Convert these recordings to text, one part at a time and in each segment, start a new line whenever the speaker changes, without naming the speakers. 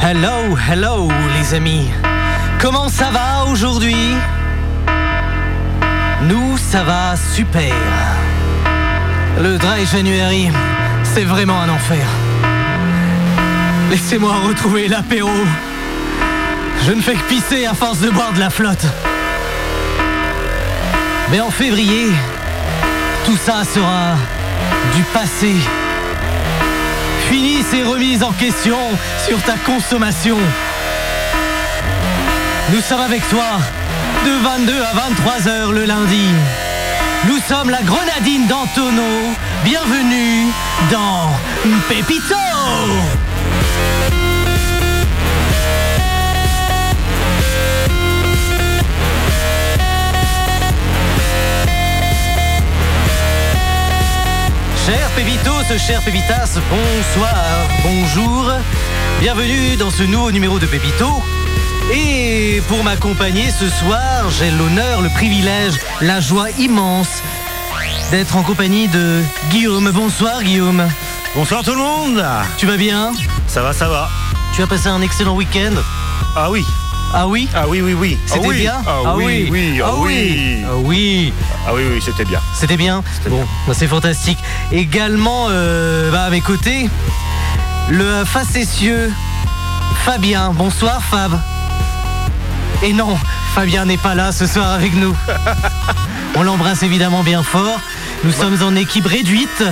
Hello, hello les amis. Comment ça va aujourd'hui Nous, ça va super. Le dry January, c'est vraiment un enfer. Laissez-moi retrouver l'apéro. Je ne fais que pisser à force de boire de la flotte. Mais en février, tout ça sera du passé. Fini ces remises en question sur ta consommation. Nous sommes avec toi de 22 à 23 h le lundi. Nous sommes la Grenadine d'Antonio. Bienvenue dans Pépito Cher Pépitos, cher Pépitas, bonsoir, bonjour. Bienvenue dans ce nouveau numéro de Pépito. Et pour m'accompagner ce soir, j'ai l'honneur, le privilège, la joie immense d'être en compagnie de Guillaume. Bonsoir Guillaume.
Bonsoir tout le monde
Tu vas bien
Ça va, ça va.
Tu as passé un excellent week-end
Ah oui
Ah oui
Ah oui, oui, oui.
C'était
ah oui.
bien
ah, oui, oui, ah oui.
Ah oui
Ah oui, oui, c'était bien.
C'était bien
C'était
Bon,
bien.
bah, c'est fantastique. Également, euh, bah, à mes côtés, le facétieux Fabien. Bonsoir Fab. Et non, Fabien n'est pas là ce soir avec nous. On l'embrasse évidemment bien fort. Nous sommes en équipe réduite.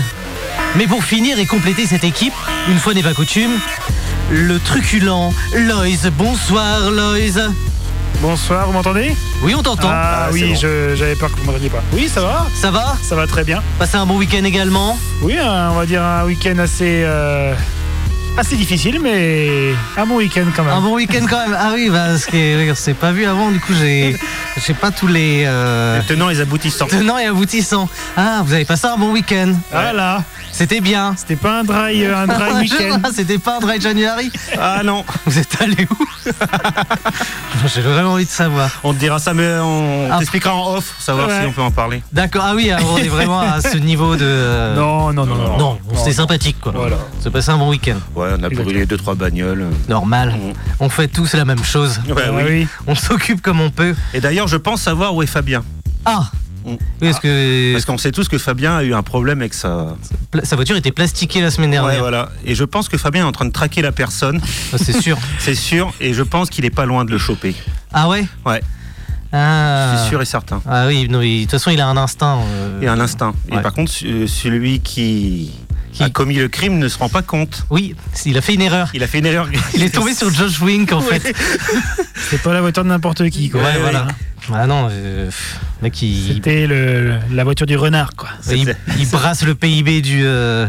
Mais pour finir et compléter cette équipe, une fois n'est pas coutume, le truculent Loïs. Bonsoir Loïs.
Bonsoir, vous m'entendez
Oui, on t'entend.
Ah,
Ah,
c'est
oui,
bon.
je- j'avais peur que vous ne m'entendiez pas. Oui, ça va
Ça va
Ça va très bien.
Passez un bon week-end également.
Oui, un- on va dire un week-end assez, euh, assez difficile, mais un bon week-end quand même.
Un bon week-end quand même. Ah oui, bah, parce que c'est pas vu avant, du coup j'ai, j'ai pas tous les euh,
Tenant les aboutissants.
tenants et aboutissants. Ah, vous avez passé un bon week-end.
Ah là,
C'était bien. Ah,
c'était pas un dry, euh, un dry week-end.
C'était pas un dry January.
Ah non,
Vous êtes allé où J'ai vraiment envie de savoir.
on te dira ça, mais on
Ah.
t'expliquera en off, savoir
Ouais.
si on peut en parler.
D'accord. Ah oui, alors on est vraiment à ce niveau de. euh,
Non, non, non, non.
Non, c'était sympathique quoi.
Voilà.
C'est passé un bon week-end.
Ouais, on a brûlé deux, trois bagnoles.
Normal.
Mm.
On fait tous la même chose.
Ouais,
Ah
oui.
oui.
On s'occupe comme on peut.
Et d'ailleurs, je pense savoir où est Fabien.
Ah
Mm.
oui, parce que
Parce qu'on sait tous que Fabien a eu un problème avec sa.
pla- sa voiture était plastiquée la semaine
Ouais,
dernière.
voilà. Et je pense que Fabien est en train de traquer la personne,
Ah, C'est sûr.
c'est sûr. Et je pense qu'il est pas loin de le choper.
Ah ouais
Ouais,
Ah.
c'est sûr et certain.
Ah oui, non, il- de toute façon, il a un instinct. euh,
Et un instinct.
Ouais.
Et par contre, ce- celui qui,
Qui-
a commis le crime ne se rend pas compte.
Oui, il a fait une erreur.
Il a fait une erreur.
Il est tombé sur Josh Wink en fait.
C'est pas la voiture de n'importe qui, quoi.
Ouais, voilà. Ah non, euh, pff, le mec, il,
C'était le- le- la voiture du renard, quoi.
il- il- il brasse le PIB du. euh,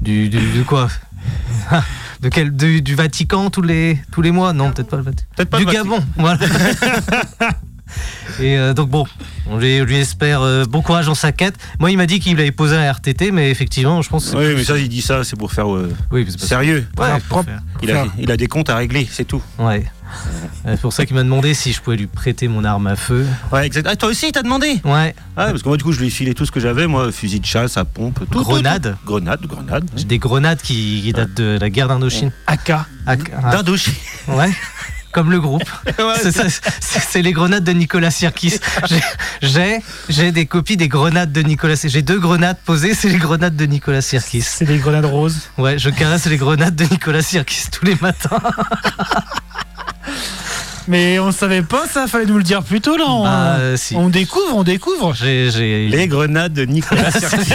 du, du, du quoi de quel, du, du Vatican tous les, tous les mois Non, peut-être pas le Vatican.
Peut-être pas
du
le Vatican.
Gabon, voilà. Et euh, donc bon, on lui, on lui espère euh, bon courage dans sa quête. Moi, il m'a dit qu'il avait posé un RTT, mais effectivement, je pense que c'est-
Oui, mais ça, il dit ça, c'est pour faire euh,
oui, c'est pas-
sérieux.
Ouais,
Alors,
faut
propre.
faire.
Il a, il a des comptes à régler, c'est tout.
Ouais. C'est pour ça qu'il m'a demandé si je pouvais lui prêter mon arme à feu.
Ouais, exact. Ah, toi aussi, t'as demandé
Ouais,
Ah, parce que moi, du coup, je lui ai filé tout ce que j'avais, moi, fusil de chasse, à pompe, tout, tout. tout.
Grenade.
Grenade, grenade.
j'ai des grenades qui, qui datent de la guerre d'Indochine.
AK.
Ah, ah,
D'Indochine.
ouais, comme le groupe. C'est ça, c'est c'est les grenades de Nicolas Sirkis. J'ai- J'ai j'ai des copies des grenades de Nicolas. J'ai deux grenades posées, c'est les grenades de Nicolas Sirkis.
C'est des grenades roses.
Ouais, je caresse les grenades de Nicolas Sirkis tous les matins.
Mais on savait pas ça, fallait nous le dire plus tôt, là. On,
Ah, euh, si.
on découvre, on découvre.
J'ai- j'ai-
Les grenades de Nicolas Sarkozy.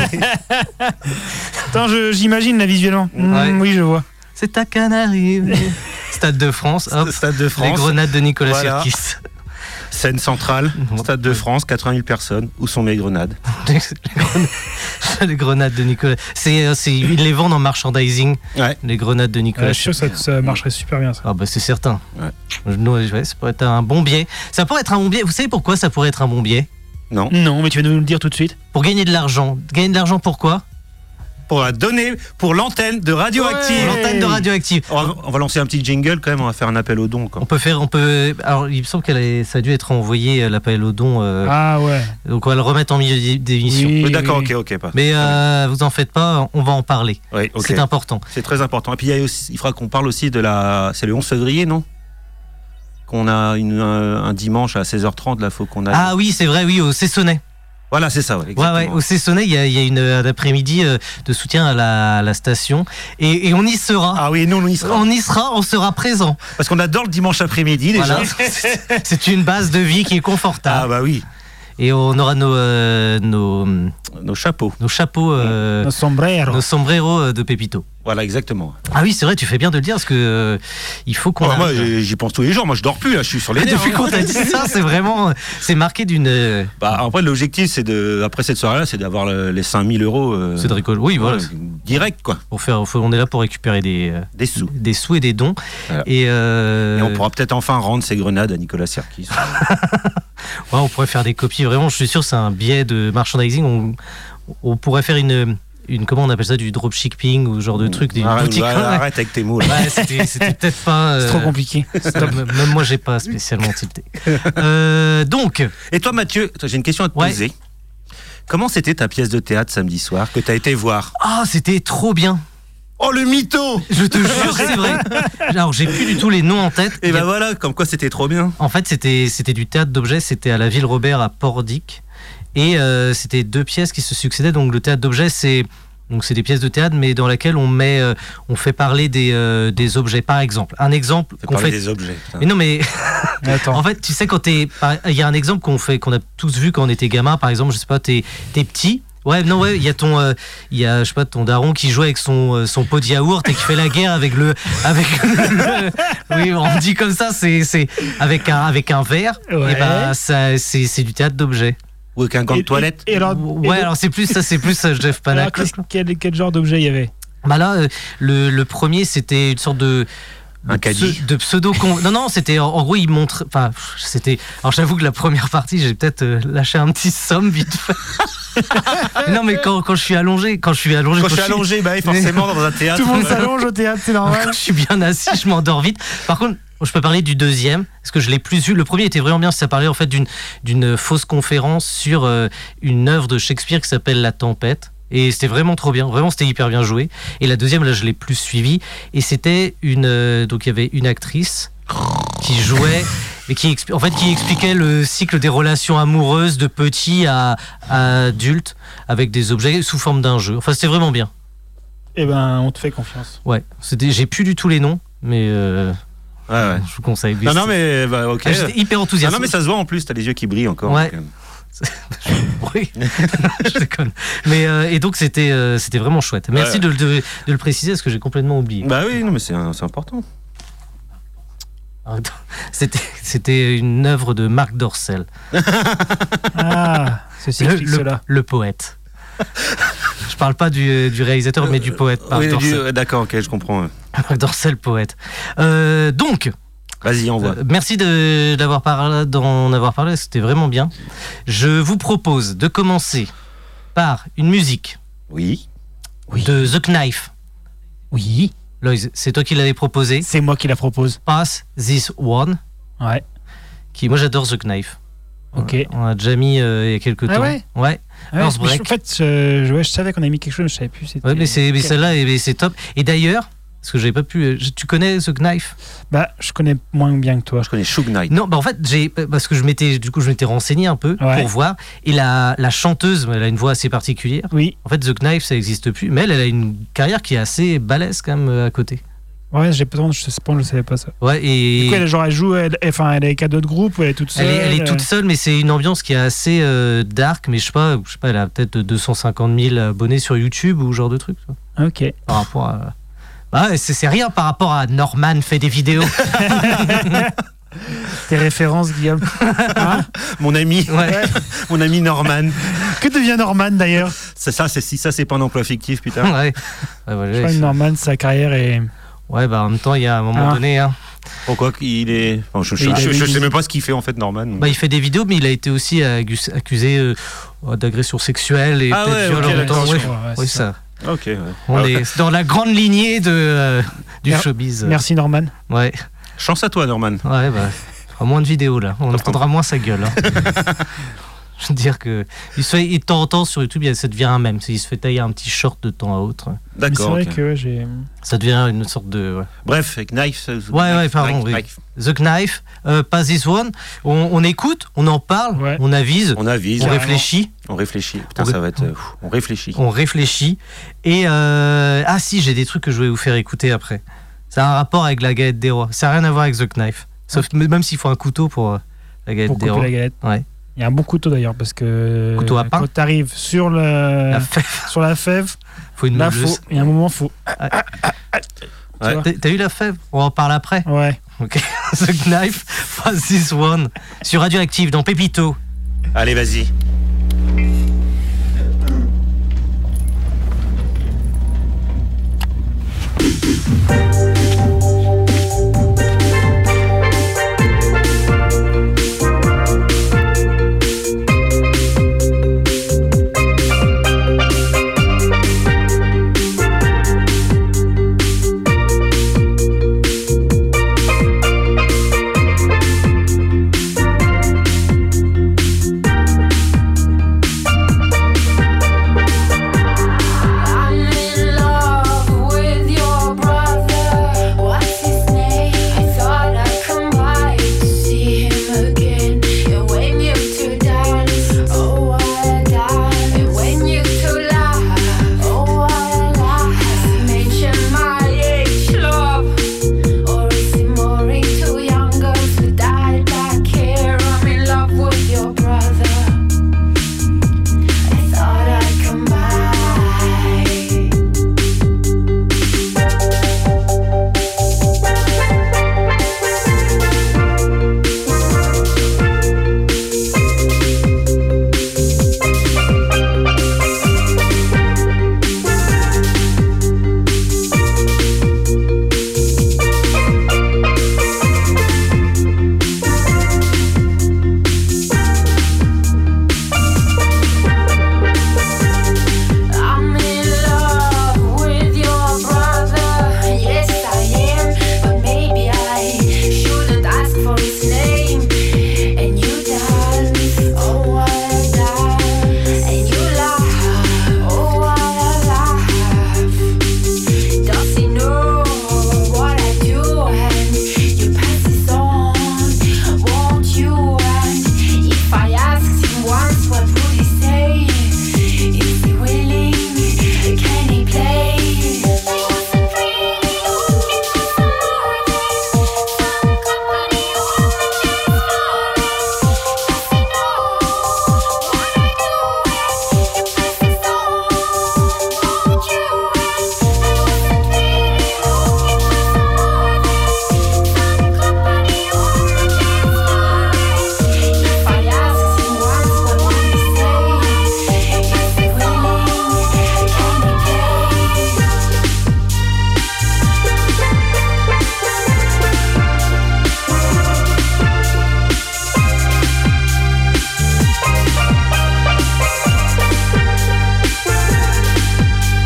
Attends, je- j'imagine, là, visuellement. Mm,
Ouais.
oui, je vois.
C'est à Canaries. Stade de France, hop.
Stade de
Les
France,
grenades de Nicolas
Voilà.
Sirkis.
scène centrale,
Mhm.
Stade de France, 80 000 personnes. Où sont mes grenades
Les grenades- les grenades de Nicolas. C'est, euh, c'est, ils les vendent en merchandising,
Ouais.
les grenades de
Ah,
Nicolas.
je suis sûr que ça, ça marcherait super bien, ça.
Ah bah c'est certain.
Ouais.
Je- nous, ouais, ça pourrait être un bon biais. Ça pourrait être un bon biais. Vous savez pourquoi ça pourrait être un bon biais
Non.
Non, mais tu vas nous le dire tout de suite.
Pour gagner de l'argent. Gagner de l'argent pourquoi
pour la donner pour l'antenne de Radioactive.
Ouais.
L'antenne de Radioactive.
On va, on va lancer un petit jingle quand même, on va faire un appel aux dons. Quoi.
On peut faire, on peut. Alors, il me semble qu'elle est- ça a dû être envoyé euh, l'appel au don. euh,
Ah ouais.
Donc, on va le remettre en milieu d'é- d'émission.
Oui,
Oui, D'accord,
oui.
ok, ok. Pas.
Mais euh, vous en faites pas, on va en parler.
Oui, ok.
C'est important.
C'est très important. Et puis il, y a aussi- il faudra qu'on parle aussi de la. C'est le 11 février, non Qu'on a une, un, un dimanche à 16h30, là, faut qu'on aille.
Ah oui, c'est vrai, oui, au Cessonnet.
Voilà, c'est ça, ouais.
Ouais,
exactement.
ouais, au Cessonnet, il y a, il y a une euh, un après-midi euh, de soutien à la, à la station. Et, et on y sera.
Ah oui, nous, on y sera.
On y sera, on sera présent.
Parce qu'on adore le dimanche après-midi, déjà.
Voilà. C'est une base de vie qui est
Ah
confortable.
bah oui,
Et on aura nos, euh, nos,
nos chapeaux.
nos chapeaux, euh,
Un sombrero.
nos sombreros euh, de Pépito.
Voilà, exactement.
Ah oui, c'est vrai, tu fais bien de le dire parce que euh, il faut qu'on.
Ah, moi,
arrive.
j'y j'y pense tous les jours. Moi, je dors plus, là, je suis sur les
Mais
nerfs,
Depuis
hein.
qu'on t'a dit ça, c'est vraiment. C'est marqué d'une. euh,
Bah, après, l'objectif, c'est de. Après cette soirée-là, c'est d'avoir le- les 5000 euros. euh,
C'est de rigolo. Oui, voilà.
ouais, direct, quoi.
Pour faire, faut- on est là pour récupérer des, euh,
Des sous.
des sous et des dons.
Voilà.
Et, euh,
Et on pourra peut-être enfin rendre ces grenades à Nicolas Sirkis.
ouais, on pourrait faire des copies. Vraiment, je suis sûr, c'est un biais de merchandising. On, on pourrait faire une, une. Comment on appelle ça Du dropshipping ou ce genre de truc. Des
arrête,
boutiques.
Mmh. Ah,
hein.
ouais, arrête avec tes mots, là.
Ouais, c'était c'était peut-être pas.
C'est
euh,
trop compliqué.
même même moi, j'ai pas spécialement tilté. Euh, donc,
Et toi, Mathieu, toi, j'ai une question à te
Ouais.
poser. Comment c'était ta pièce de théâtre samedi soir que t'as été voir
ah, c'était trop bien.
Oh le mytho
Je te jure, c'est vrai. Alors, j'ai plus du tout les noms en tête.
Et ben voilà, comme quoi c'était trop bien.
En fait, c'était c'était du théâtre d'objets. C'était à la Ville Robert à Pordic, et euh, c'était deux pièces qui se succédaient. Donc, le théâtre d'objets, c'est donc c'est des pièces de théâtre, mais dans laquelle on met, euh, on fait parler des, euh, des objets. Par exemple, un exemple
Fait
qu'on
parler
fait.
des objets. putain.
Mais non, mais
Attends.
euh, en fait, tu sais, quand t'es. par- Il y a un exemple qu'on fait, qu'on a tous vu quand on était gamin, par exemple, je sais pas, t'es t'es petit. Ouais, non, ouais, il y a ton. euh, Il y a, je sais pas, ton daron qui joue avec son, euh, son pot de yaourt et qui fait la guerre avec le. Avec le- oui, on dit comme ça, c'est. c'est Avec un, avec un verre.
Ouais.
Et bah, ça, c'est c'est du théâtre d'objets.
Ou avec un gant
Et-
de
et-
toilette.
Et alors, et
Ouais,
le-
alors c'est plus ça, c'est plus euh, Jeff
alors,
Panac.
qu'est-ce- quel, quel genre d'objet il y avait
Bah là, euh, le, le premier, c'était une sorte de.
Un
de
caddie.
pseu- De pseudo. Non, non, c'était. En, en gros, il montre. Enfin, pff, c'était. Alors, j'avoue que la première partie, j'ai peut-être euh, lâché un petit somme vite fait. non, mais quand, quand je suis allongé, quand je suis allongé,
Quand je suis allongé, bah oui, forcément dans un
Tout
théâtre.
le monde s'allonge au théâtre, c'est normal.
quand je suis bien assis, je m'endors vite. Par contre, je peux parler du deuxième, parce que je l'ai plus vu. Le premier était vraiment bien, ça parlait en fait d'une d'une fausse conférence sur euh, une œuvre de Shakespeare qui s'appelle La Tempête. Et c'était vraiment trop bien, vraiment c'était hyper bien joué. Et la deuxième, là, je l'ai plus suivi. Et c'était une, euh, donc il y avait une actrice qui jouait. Et qui, expli- en fait, qui expliquait le cycle des relations amoureuses de petit à, à adulte avec des objets sous forme d'un jeu. Enfin, c'était vraiment bien.
Eh ben, on te fait confiance.
Ouais, c'était- j'ai plus du tout les noms, mais euh,
Ouais, ouais.
je vous conseille.
Non, non, mais bah, ok.
Ah, J'étais hyper
Ah
enthousiaste.
non, mais ça se voit en plus, t'as les yeux qui brillent encore.
Ouais.
Donc, euh,
Oui. je déconne. Mais euh, et donc c'était euh, c'était vraiment chouette. Merci
Ouais.
de, le- de- de le préciser parce que j'ai complètement oublié.
Bah oui, non, mais c'est c'est important.
Attends. C'était c'était une œuvre de Marc Dorcel,
Ah, ceci
le,
explique
le-
cela.
le poète. je parle pas du, du réalisateur mais du poète Marc
Oui, du-
Dorcel.
euh, D'accord, ok, je comprends. ouais.
Marc Dorcel poète. Euh, donc
Vas-y, envoie.
euh, merci de d'avoir parlé d'en avoir parlé. C'était vraiment bien. Je vous propose de commencer par une musique.
Oui.
de The Knife.
Oui.
Loïs, c'est toi qui l'avais proposé.
C'est moi qui la propose.
Pass This One,
Ouais.
qui moi j'adore The Knife.
Ok.
On a déjà mis euh, il y a quelques
Ah
temps.
ouais
ouais.
Ouais,
Lance
mais je-
break.
en fait, euh, je, je- ouais, je savais qu'on avait mis quelque chose, mais je savais plus. c'était-
Ouais, mais c'est mais
Ok.
celle-là eh bien, c'est top. Et d'ailleurs, parce que j'avais pas pu euh, je- tu connais The Knife
Bah, je connais moins bien que toi.
Moi, je connais Shug Knight.
Non, bah en fait, j'ai parce que je m'étais du coup je m'étais renseigné un peu
Ouais.
pour voir et la, la chanteuse, elle a une voix assez particulière.
Oui.
En fait, The Knife ça n'existe plus, mais elle, elle a une carrière qui est assez balèze quand même euh, à côté.
Ouais, j'ai pas je sais pas, je savais pas ça.
Ouais, et
Du coup, elle, genre, elle joue, elle, enfin, elle est avec un autre groupe ou elle est toute seule
Elle est, elle est
euh,
toute seule, mais c'est une ambiance qui est assez euh, dark. Mais je sais pas, je sais pas, elle a peut-être 250 000 abonnés sur YouTube ou ce genre de truc. quoi.
euh, Ok.
Par rapport à. Bah, ouais, c'est c'est rien par rapport à Norman fait des vidéos.
Tes références, Guillaume. Hein
Mon ami,
Ouais.
mon ami Norman.
que devient Norman d'ailleurs
C'est ça, c'est si ça, c'est pas un emploi fictif,
ouais.
putain.
Ouais, voilà,
Je crois que
c'est-
Norman, sa carrière est.
ouais, bah en même temps, il y a un moment
Ah.
donné. hein.
Pourquoi qu'il est. Enfin, je, je-
Il a
je- je
des-
sais même pas ce qu'il fait en fait, Norman.
Bah, il fait des vidéos, mais il a été aussi acgus- accusé euh, d'agression sexuelle et
Ah
peut-être
ouais,
viol
ok,
Ah
en même temps.
d'accord,
Ouais,
je crois, ouais,
oui,
c'est ça.
ça.
Ok. ouais.
On
Ah,
est dans la grande lignée de, euh, du
Mer-
showbiz.
Merci Norman.
Ouais,
Chance à toi, Norman.
ouais, bah, il fera moins de vidéos là. On entendra moins sa gueule. hein. Je veux dire que il se fait, il- de temps en temps sur YouTube, il y a- ça devient un même. Il se fait tailler un petit short de temps à autre.
Mais C'est
D'accord.
vrai
ok.
que ouais, j'ai.
Ça devient une sorte de ouais.
Bref, euh, avec Knife. Ouais,
ouais, pardon, oui. The Knife, euh, Pass This One. On, on écoute, on en parle,
Ouais.
on avise,
On avise,
on
carrément.
réfléchit.
on réfléchit. Putain,
On ré-
ça va être. euh, pff, on réfléchit.
on réfléchit. Et euh, ah si, j'ai des trucs que je vais vous faire écouter après. Ça a un rapport avec la galette des rois. Ça a rien à voir avec The Knife. Sauf que même s'il faut un couteau pour euh, la galette
Pour
des
couper
rois.
la galette.
Ouais.
Il y a un bon couteau d'ailleurs parce que
Couteau à pain
quand t'arrives sur le
La fève.
sur la fève,
Faut une
là
meubleuse.
faut, il y a un moment faut. tu
Ouais.
vois.
Ah, T'as t'as eu la fève On en parle après.
Ouais.
The Knife, Pass This One. Sur Radioactive, dans Pépito.
Allez, vas-y.
I'm in love with your brother. What's his name? I thought I'd come by to see him again. And when you two dance, oh I dance. And when you two laugh, oh I laugh. Mention my age, love, or is it more into young girls who die back here? I'm in love with your brother. I thought I'd come by. I'm in love with your brother. Yes, I am, but maybe I shouldn't ask for his name. And you dance, oh I dance, and you laugh, oh I laugh. Does he know what I do? And you pass it on, won't you? And if I asked him once, what would he say? Is he willing? Can he play? If I asked him once, what would he say? Is he willing? Can he play?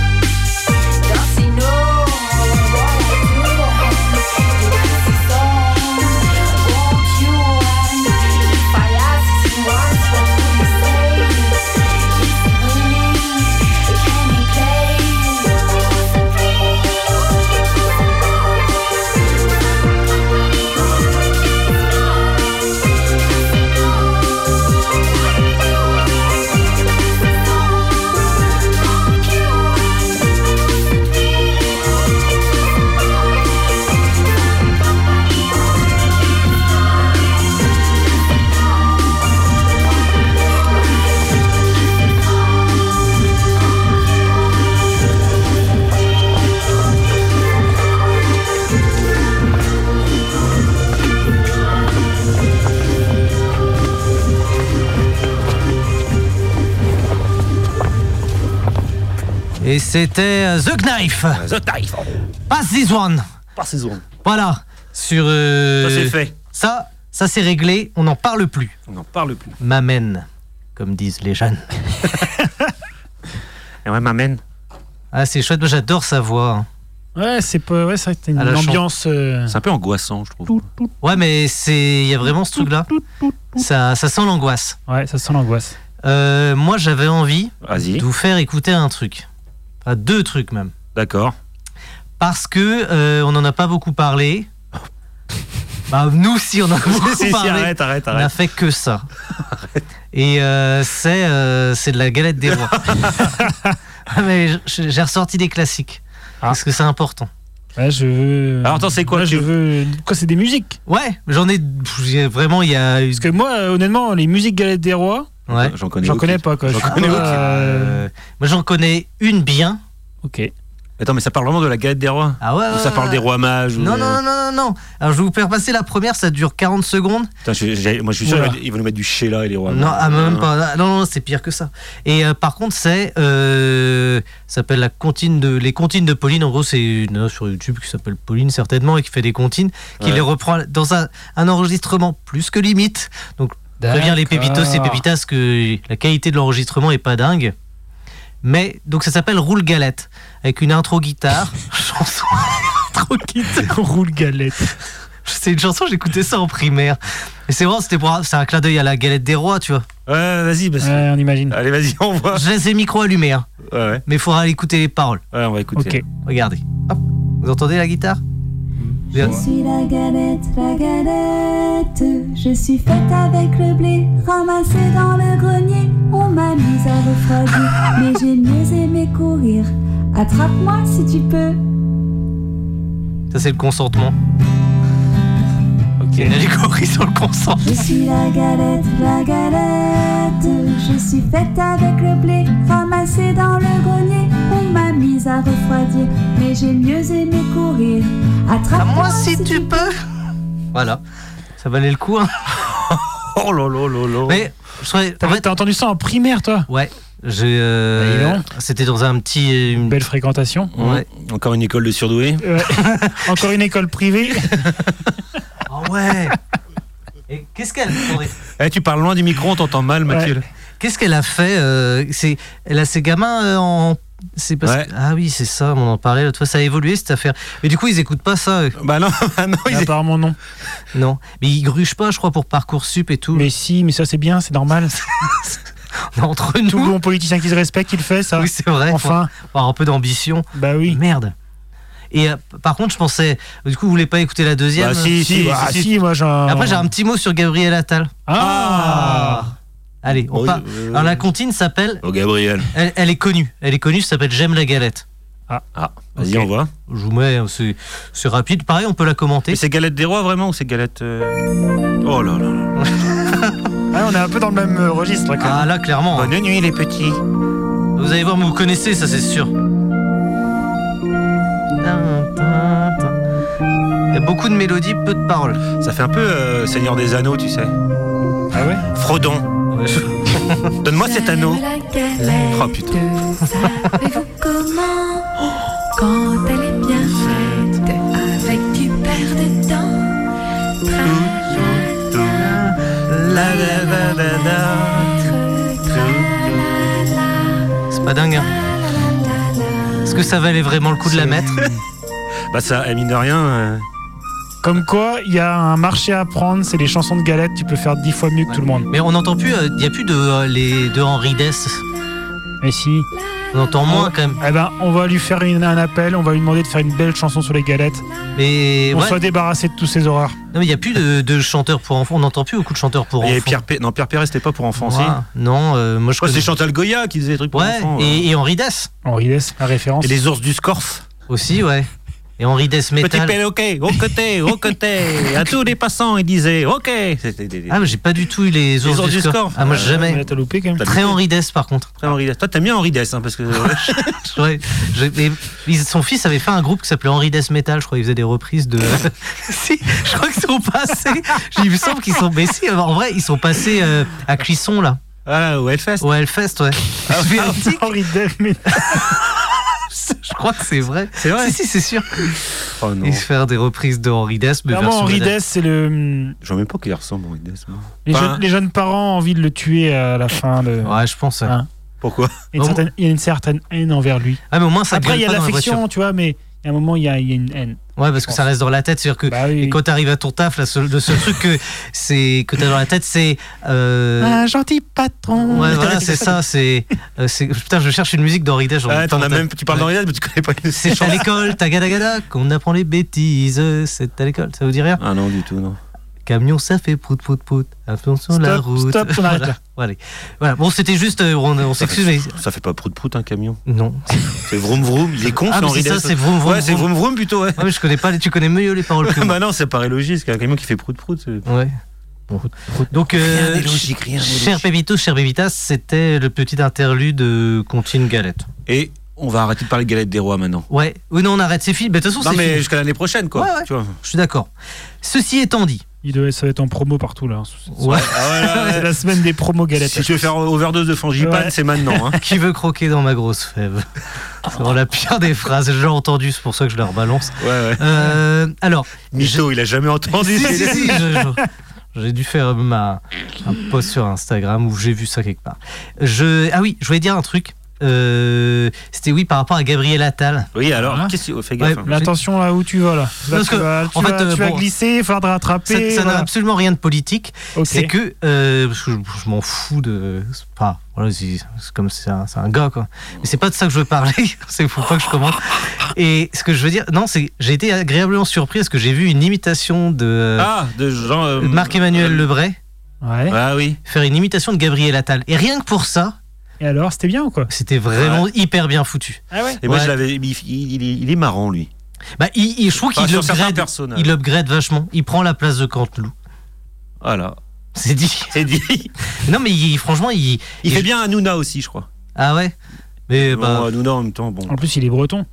Does he know what I do? You pass it on, won't you? And if I asked him once, what would he say? Is he willing? Can he play?
Et c'était euh, The Knife,
The Knife.
Pass This One.
Par saison.
Voilà. Sur. euh,
Ça, c'est fait.
Ça, ça c'est réglé. On n'en parle plus.
On n'en parle plus.
M'amène, comme disent les jeunes.
Et ouais, m'amène.
Ah, c'est chouette, moi j'adore sa voix. hein.
Ouais, c'est pas... ouais, c'est vrai que t'as
À la
une
chan-
ambiance. euh,
C'est un peu angoissant, je trouve.
Ouais, mais c'est, il y a vraiment ce truc-là. Ça, ça sent l'angoisse.
Ouais, ça sent l'angoisse.
Euh, moi, j'avais envie
Vas-y.
de vous faire écouter un truc, Enfin, deux trucs même,
D'accord.
parce que euh, on n'en a pas beaucoup parlé. Bah, nous, si on en a beaucoup
Si, si,
parlé.
arrête, arrête,
On n'a
arrête.
fait que ça. Et euh, c'est euh, c'est de la galette des rois. Ah, Mais je- je- j'ai ressorti des classiques.
Ah.
Parce que c'est important.
Ouais, je veux.
Alors, attends, c'est quoi,
Là,
tu-
je veux. Quoi, c'est des musiques
Ouais, j'en ai pff, j'ai- vraiment il y a eu-
Parce que moi, euh, honnêtement, les musiques Galette des Rois,
ouais.
J'en connais.
j'en
aucune.
connais pas, quoi.
J'en
Je suis
connais
pas,
aucune.
euh,
Euh, moi j'en connais une bien.
Ok.
Attends, mais ça parle vraiment de la galette des rois
Ah ouais.
Ou ça
ouais,
parle
ouais.
des rois mages ou-
Non, non, non, non, non, non. Alors je vais vous faire passer la première, ça dure 40 secondes.
Putain, je- j'ai- moi, je suis sûr,
Oula.
ils vont- ils vont nous mettre du Sheila et les rois
non,
mages.
ah, même pas. Non, non, non, c'est pire que ça. Et euh, par contre, c'est. euh, ça s'appelle la comptine de. Les comptines de Pauline. En gros, c'est une nana sur YouTube qui s'appelle Pauline, certainement, et qui fait des comptines, qui
Ouais.
les reprend dans un, un enregistrement plus que limite. Donc, préviens les pépitos et
D'accord.
pépitas que la qualité de l'enregistrement est pas dingue. Mais, donc, ça s'appelle Roule Galette, avec une intro guitare, chanson. intro guitare.
Roule Galette.
C'est une chanson, j'écoutais ça en primaire. Et c'est vrai, c'était pour. C'est un clin d'œil à la galette des rois, tu vois.
Ouais, vas-y. parce que-
Ouais, on imagine.
Allez, vas-y, on voit.
Je laisse les micros allumés, hein.
Ouais, ouais.
Mais il faudra écouter les paroles.
Ouais, on va écouter.
Ok.
Regardez. Hop. Vous entendez la guitare Bien.
Je suis la galette, la galette. Je suis faite avec le blé, ramassée dans le grenier. On m'a mise à refroidir, mais j'ai mieux aimé courir. Attrape-moi si tu peux.
Ça, c'est le consentement. Ok. Il a compris sur le consentement.
Je suis la galette, la galette. Je suis faite avec le blé, ramassée dans le grenier. On m'a mise à refroidir, mais j'ai mieux aimé courir.
Ah,
À
Attrape-moi
moi, Ah, si tu peux. Voilà. Ça valait le coup. Hein.
Oh là là là là.
Mais je trouvais.
T'as
en fait,
t'as entendu ça en primaire, toi
ouais. J'ai. euh,
Bah, dis donc.
C'était dans un petit. euh, une-
Belle fréquentation.
Mmh.
Ouais.
Encore une école de surdoués.
Ouais. Encore une école privée.
Oh ouais. Et qu'est-ce qu'elle attendez.
Eh, tu parles loin du micro, on t'entend mal, Mathilde.
Qu'est-ce qu'elle a fait euh, c'est- Elle a ses gamins euh, en. C'est parce
Ouais.
que- Ah oui, c'est ça, on en parlait l'autre fois, ça a évolué cette affaire. Mais du coup, ils écoutent pas ça. euh.
Bah non, bah non, ils-
Apparemment, non.
Non, mais ils gruchent pas, je crois, pour Parcoursup et tout.
Mais si, mais ça, c'est bien, c'est normal.
On est entre
Tout
nous.
bon politicien qui se respecte, il fait ça.
Oui, c'est vrai.
Enfin,
Faut avoir un peu d'ambition.
bah oui.
Merde. Et euh, par contre, je pensais. Du coup, vous voulez pas écouter la deuxième
Bah, si, si,
bah,
si.
si, moi, j'en.
Après, j'ai un petit mot sur Gabriel Attal.
Ah
Allez, on
Oui,
part.
euh,
Alors, la comptine s'appelle.
Oh, Gabriel.
Elle, elle est connue. Elle est connue, ça s'appelle J'aime la galette.
Ah, vas-y,
Ok.
on voit.
Je vous mets, euh, c'est c'est rapide. Pareil, on peut la commenter.
Mais c'est galette des rois, vraiment, ou c'est galette. euh, Oh là là là.
Ah, on est un peu dans le même euh, registre, là, quand même.
Ah là, clairement.
Bah,
hein.
Bonne nuit, les petits.
Vous allez voir, mais vous connaissez, ça c'est sûr. Il y a beaucoup de mélodies, peu de paroles.
Ça fait un peu euh, Seigneur des Anneaux, tu sais.
Ah ouais
Frodon, donne-moi cet anneau. Oh, putain.
Savez-vous comment Quand elle est bien faite, avec du père de temps.
La, la, la, la, la.
C'est pas dingue. hein. Est-ce que ça valait vraiment le coup de la mettre
Bah, ça, eh, mine de rien. euh,
Comme quoi, il y a un marché à prendre, c'est les chansons de galette, tu peux faire dix fois mieux que tout le monde.
Mais on n'entend plus, il n'y a plus de, euh, les, de Henri Dess.
Mais si.
On entend moins quand même.
Eh ben, on va lui faire une- un appel, on va lui demander de faire une belle chanson sur les galettes.
Mais
on
ouais,
soit débarrassé de tous ces horreurs.
non, mais il n'y a plus de, de chanteurs pour enfants. On n'entend plus beaucoup de chanteurs pour
Il y avait
enfants.
Pierre Perret. Non, Pierre Perret, c'était pas pour enfants, si.
Ouah. Non, euh, moi je
Je crois que
connais.
c'est Chantal Goya qui faisait des trucs pour
ouais,
enfants. ouais.
et, et Henri Dess
Henri Dess, la référence.
Et les ours du Scorf.
aussi, ouais. Et Henri Dess
Petit
Metal.
perroquet, au côté, au côté. À tous les passants, il disait OK. C'était des- des-
Ah, mais j'ai pas du tout eu les ours du Scorp. Ah, moi
Euh,
Mais
jamais.
là, t'as loupé quand même.
t'as
Très
loupé.
Henri Dess par contre.
Très Henri Dess. Toi, t'aimes bien Henri Dess, hein, parce que.
Ouais, je- mais ils- son fils avait fait un groupe qui s'appelait Henri Death Metal, je crois qu'il faisait des reprises de. si, je crois qu'ils sont passés. Il me semble qu'ils sont. Mais si, euh, en vrai, ils sont passés euh, à Clisson, là,
Voilà, au Hellfest.
au Hellfest, ouais.
Ah
je, vais-
Henri Dess, mais
je crois que c'est vrai.
C'est vrai.
Si, si, c'est sûr.
Oh non.
Ils se faire des reprises de Henri Death, mais
clairement,
version
Henri
moderne.
Dess, c'est le. hmm,
Je vois même pas qu'il ressemble, Henri Dess. moi.
Les,
Enfin,
jeunes, les jeunes parents ont envie de le tuer à la fin. Le...
Ouais, je pense. ouais.
Hein.
Pourquoi
Il y a une
Oh.
certaine- il y a une certaine haine envers lui.
Ah, mais au moins, ça
Après,
gueule
il y a
pas
de
dans la voiture.
l'affection, tu vois, mais à un moment, il y a, il y a une haine.
Ouais, parce que ça reste dans la tête. C'est-à-dire que
Bah oui.
et quand t'arrives à ton taf, la seule- le seul truc que, c'est- que t'as dans la tête, c'est. euh,
Un gentil patron.
Ouais, voilà, c'est ça. C'est, euh, c'est- putain, je cherche une musique d'Henri Dej. en
Ah,
même
t'en
temps.
as même, tu parles d'Henri Dej, mais tu connais pas une
C'est à l'école, tagadagada, qu'on apprend les bêtises. C'est à l'école, ça vous dit rien
Ah non, du tout, non.
Camion, ça fait prout prout prout. Attention la
Stop,
route.
stop, on
voilà.
arrête là.
Allez. voilà. Bon, c'était juste, euh, on, on s'excuse, mais
Ça fait pas prout-prout un camion.
non.
C'est vroom vroom, il est con,
Ah,
c'est
mais
Henri
c'est ça,
Dej.
c'est vroom vroom.
Ouais, c'est vroom vroom plutôt, ouais.
Ouais, mais je connais pas, les- tu connais mieux les paroles que moi.
bah non, ça paraît logique, c'est un camion qui fait prout-prout. c'est-
Ouais. Bon. Donc, euh,
n'est logique, rien n'est
cher
logique.
Pépito, cher Pépitas, c'était le petit interlude euh, Contine Galette.
Et on va arrêter de parler de galette des rois maintenant.
Ouais, oui, non, on arrête, c'est fini. Mais De toute façon,
Non,
c'est
mais
fini.
jusqu'à l'année prochaine, quoi.
Ouais, ouais.
Tu vois.
Je suis d'accord. Ceci étant dit,
Il devait ça va être en promo partout, là. hein. C'est-
Ah ouais,
C'est la semaine des promos galettes.
Si tu veux faire overdose de frangipane,
Ouais.
c'est maintenant. Hein.
qui veut croquer dans ma grosse fève C'est vraiment la pire des phrases, j'ai déjà entendu, c'est pour ça que je la rebalance.
Ouais, ouais.
Euh, alors,
Mito, il a jamais entendu.
si, si, si, je- je- j'ai dû faire ma, un post sur Instagram où j'ai vu ça quelque part. Je, ah oui, je voulais dire un truc. Euh, C'était oui par rapport à Gabriel Attal.
Oui, alors,
Hein
qu'est-ce que fais gaffe.
Ouais, euh,
hein.
Mais attention là où tu vas là. Là,
Parce
tu
que,
vas, tu
en fait,
vas-
euh,
tu vas
bon,
glisser, il faudra te
Ça,
rattraper.
ça n'a
voilà.
absolument rien de politique.
Ok.
C'est que, euh, parce que je, je m'en fous de. c'est Pas, voilà, c'est c'est comme c'est un, c'est un gars quoi. Mais c'est pas de ça que je veux parler. C'est faut pas que je commence. Et ce que je veux dire, non, c'est j'ai été agréablement surpris parce que j'ai vu une imitation de,
Ah, de Jean. euh,
de Marc-Emmanuel Lebray
Ouais.
Ah oui.
faire une imitation de Gabriel Attal. Et rien que pour ça,
Et alors, c'était bien ou quoi
c'était vraiment hyper bien foutu.
Ah ouais.
Et moi,
Ouais.
je l'avais. Il, il- il- il est marrant, lui.
Bah, il, il- je trouve
Enfin,
qu'il
sur certains
upgrade,
personnages.
il upgrade vachement. Il prend la place de Canteloup.
Voilà.
C'est dit.
C'est dit.
Non mais il- franchement, il
Il
Et
fait
je-
bien Hanouna aussi, je crois.
ah ouais. Mais bah,
Bon, euh, Hanouna en même temps, bon.
En plus, il est breton.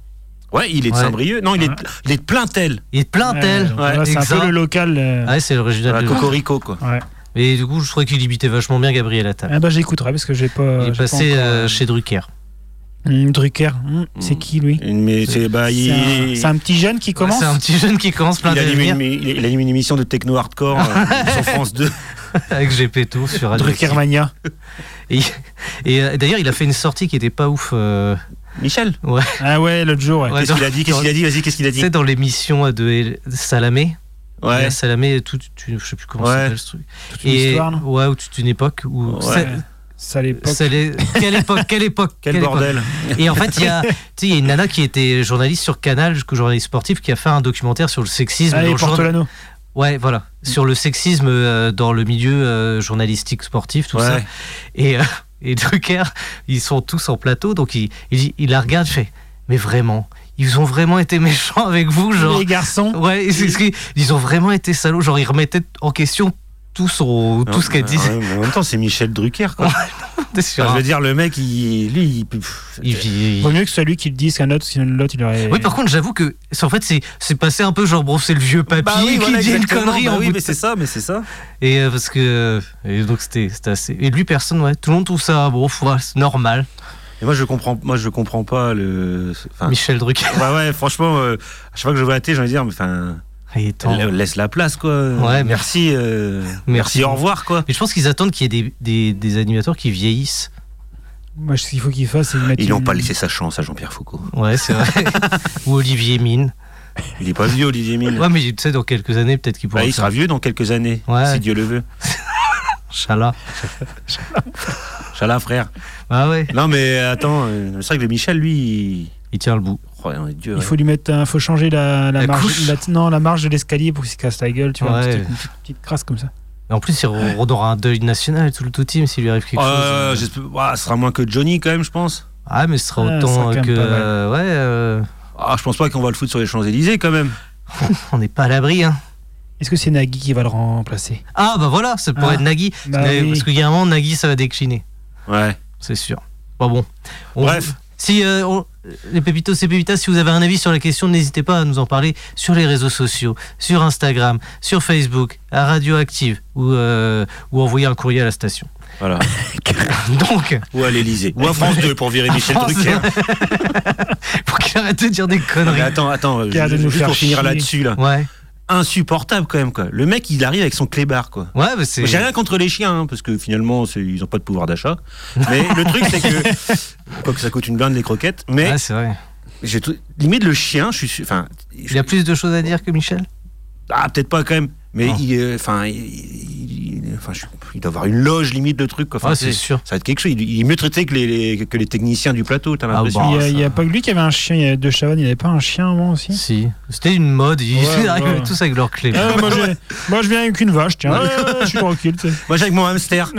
Ouais, il est de
Ouais.
Saint-Brieuc. Non, il est,
Ouais.
il est de Plaintel.
il est plein
Ouais,
tel.
donc voilà, c'est un
exact. Ah,
peu le local. euh.
Ouais, c'est l'original
Voilà,
de
Cocorico, quoi.
Et du coup, je trouvais qu'il imitait vachement bien Gabriel Attal.
Ah bah j'écouterai parce que j'ai pas.
il est
j'ai pas
passé
encore,
euh,
euh,
chez Drucker.
Hmm, Drucker. Hmm, C'est qui lui
Mais c'est. Bah, il.
C'est un- c'est un, petit jeune qui commence.
C'est un petit jeune qui commence plein
il anime,
d'avenir
une, il- il anime une émission de techno hardcore euh, sur France 2.
avec Gepetto sur Radio.
Druckermania.
Et, et, euh, d'ailleurs, il a fait une sortie qui était pas ouf. euh,
Michel,
Ah ouais, l'autre jour. ouais.
Ouais,
qu'est-ce
dans-
qu'il a dit Qu'est-ce qu'il a dit Vas-y, qu'est-ce qu'il a
Tu
dit
sais, dans l'émission de El- Salamé. Il y
Ouais.
a Salamé, tout, tu, je sais plus comment
Ouais.
ça s'appelle ce truc.
Toute une histoire. non
ouais, ou toute une époque. Où
Ouais.
c'est-
Ça à l'époque.
c'est les- quelle époque Quelle époque
Quel
quelle époque
bordel
Et en fait, il y a, tu sais, il y a une nana qui était journaliste sur Canal, journaliste sportif, qui a fait un documentaire sur le sexisme. dans
Allez,
le journal-
Portolano.
Ouais, voilà. Sur le sexisme euh, dans le milieu euh, journalistique sportif, tout
Ouais.
ça. Et, euh, et Drucker, ils sont tous en plateau, donc il, il, il la regarde, il fait Mais vraiment, ils ont vraiment été méchants avec vous, genre.
Les garçons.
Ouais, c'est ce qu'il- ils ont vraiment été salauds, genre ils remettaient en question tout, son, tout ce qu'elle
dit.
disait.
en même temps, c'est Michel Drucker, quoi.
sur
Enfin, Ah, je
un-
veux dire, le mec, il, lui, il, pff,
il vit-
Vaut mieux que ce soit lui qui le dise qu'un autre, sinon l'autre il aurait.
Oui, par contre, j'avoue que c'est- en fait, c'est- c'est passé un peu genre, bon, c'est le vieux papy
Bah oui,
qui
voilà,
dit une
exactement.
connerie
Bah
en
oui,
bout de-
mais c'est ça, mais c'est ça.
Et euh, parce que. Et donc, c'était c'était assez. Et lui, personne, ouais. Tout le monde trouve ça, bon, ouais, c'est normal.
Et moi, je comprends, moi, je comprends pas le. Enfin,
Michel Drucker.
ouais, ouais, franchement, euh, à chaque fois que je vois la télé, j'ai envie de dire, mais enfin,
Il est temps.
la- laisse la place, quoi.
Ouais,
merci, euh, merci,
Merci.
au revoir, quoi.
Mais je pense qu'ils attendent qu'il y ait des, des, des animateurs qui vieillissent.
Moi, ce qu'il faut qu'il fasse, c'est lui mettre
Ils n'ont
une-
pas laissé sa chance à Jean-Pierre Foucault.
Ouais, c'est vrai. Ou Olivier Mine.
Il est pas vieux, Olivier Mine.
Ouais, mais tu sais, dans quelques années, peut-être qu'il
Bah,
pourra.
il sera vieux dans quelques années,
Ouais.
si Dieu le veut.
Chala.
Chala, frère.
Ah ouais,
Non, mais attends, euh, c'est vrai que le Michel, lui, il...
il tient le bout.
oh, on est Dieu.
Il
ouais.
faut lui mettre, un, faut changer la, la
La couche.
marge, la, non, la marge de l'escalier pour qu'il se casse la gueule, tu vois,
Ouais.
une, petite, une petite- petite crasse comme ça.
Et en plus, il re- on aura un deuil national, tout le tout team, s'il lui arrive quelque
Euh,
chose. hein.
j'espère- ouah, ce sera moins que Johnny, quand même, je pense.
Ah, mais ce sera
Ah, ça,
autant
quand même
que.
pas mal.
euh, ouais, euh,
Ah, je pense pas qu'on va le foutre sur les Champs-Élysées, quand même.
on n'est pas à l'abri, hein.
Est-ce que c'est Nagui qui va le remplacer
Ah, bah voilà, ça pourrait
Ah,
être Nagui.
bah
Mais-
oui.
Parce qu'il y a un moment, Nagui, ça va décliner.
Ouais.
C'est sûr. Bon, bon. On-
Bref.
Si euh, on- les pépitos et pépitas, si vous avez un avis sur la question, n'hésitez pas à nous en parler sur les réseaux sociaux, sur Instagram, sur Facebook, à Radio Active ou, euh, ou envoyer un courrier à la station.
Voilà.
Donc,
Ou à l'Elysée. Ou à France 2 pour virer Michel
France
Drucker.
pour qu'il arrête de dire des
Non, mais
conneries.
attends, attends,
Qui a
je-
de nous
juste
faire
pour finir
chier.
là-dessus, là.
Ouais.
insupportable quand même. Quoi. Le mec, il arrive avec son clébard. Quoi.
Ouais, bah, c'est.
J'ai rien contre les chiens, hein, parce que finalement, c'est- ils n'ont pas de pouvoir d'achat. Mais le truc, c'est que. Quoique ça coûte une blinde les croquettes. Mais
Ouais, c'est vrai.
j'ai tout- limite, le chien, je suis. su- Enfin,
Il a plus de choses à dire que Michel
Ah, peut-être pas quand même. Mais
Non.
il, euh, enfin, il- il, il- enfin, je- il doit avoir une loge limite de truc. quoi. Enfin,
Ouais, c'est sûr.
Ça va être quelque chose. Il, il est mieux traité que les, les- que les techniciens du plateau. T'as
Ah,
l'impression.
bon.
Il y a- il y a,
ça-
pas que lui qui avait un chien, il y avait De Chavannes, il n'y avait pas un chien à un moment aussi
Si. C'était une mode. Ils
Ouais,
arrivaient
ouais.
tous avec leur clé.
Ah, moi, j'ai- moi, je viens avec une vache, tiens, Ah, je suis tranquille. tu sais.
Moi, j'ai avec mon hamster.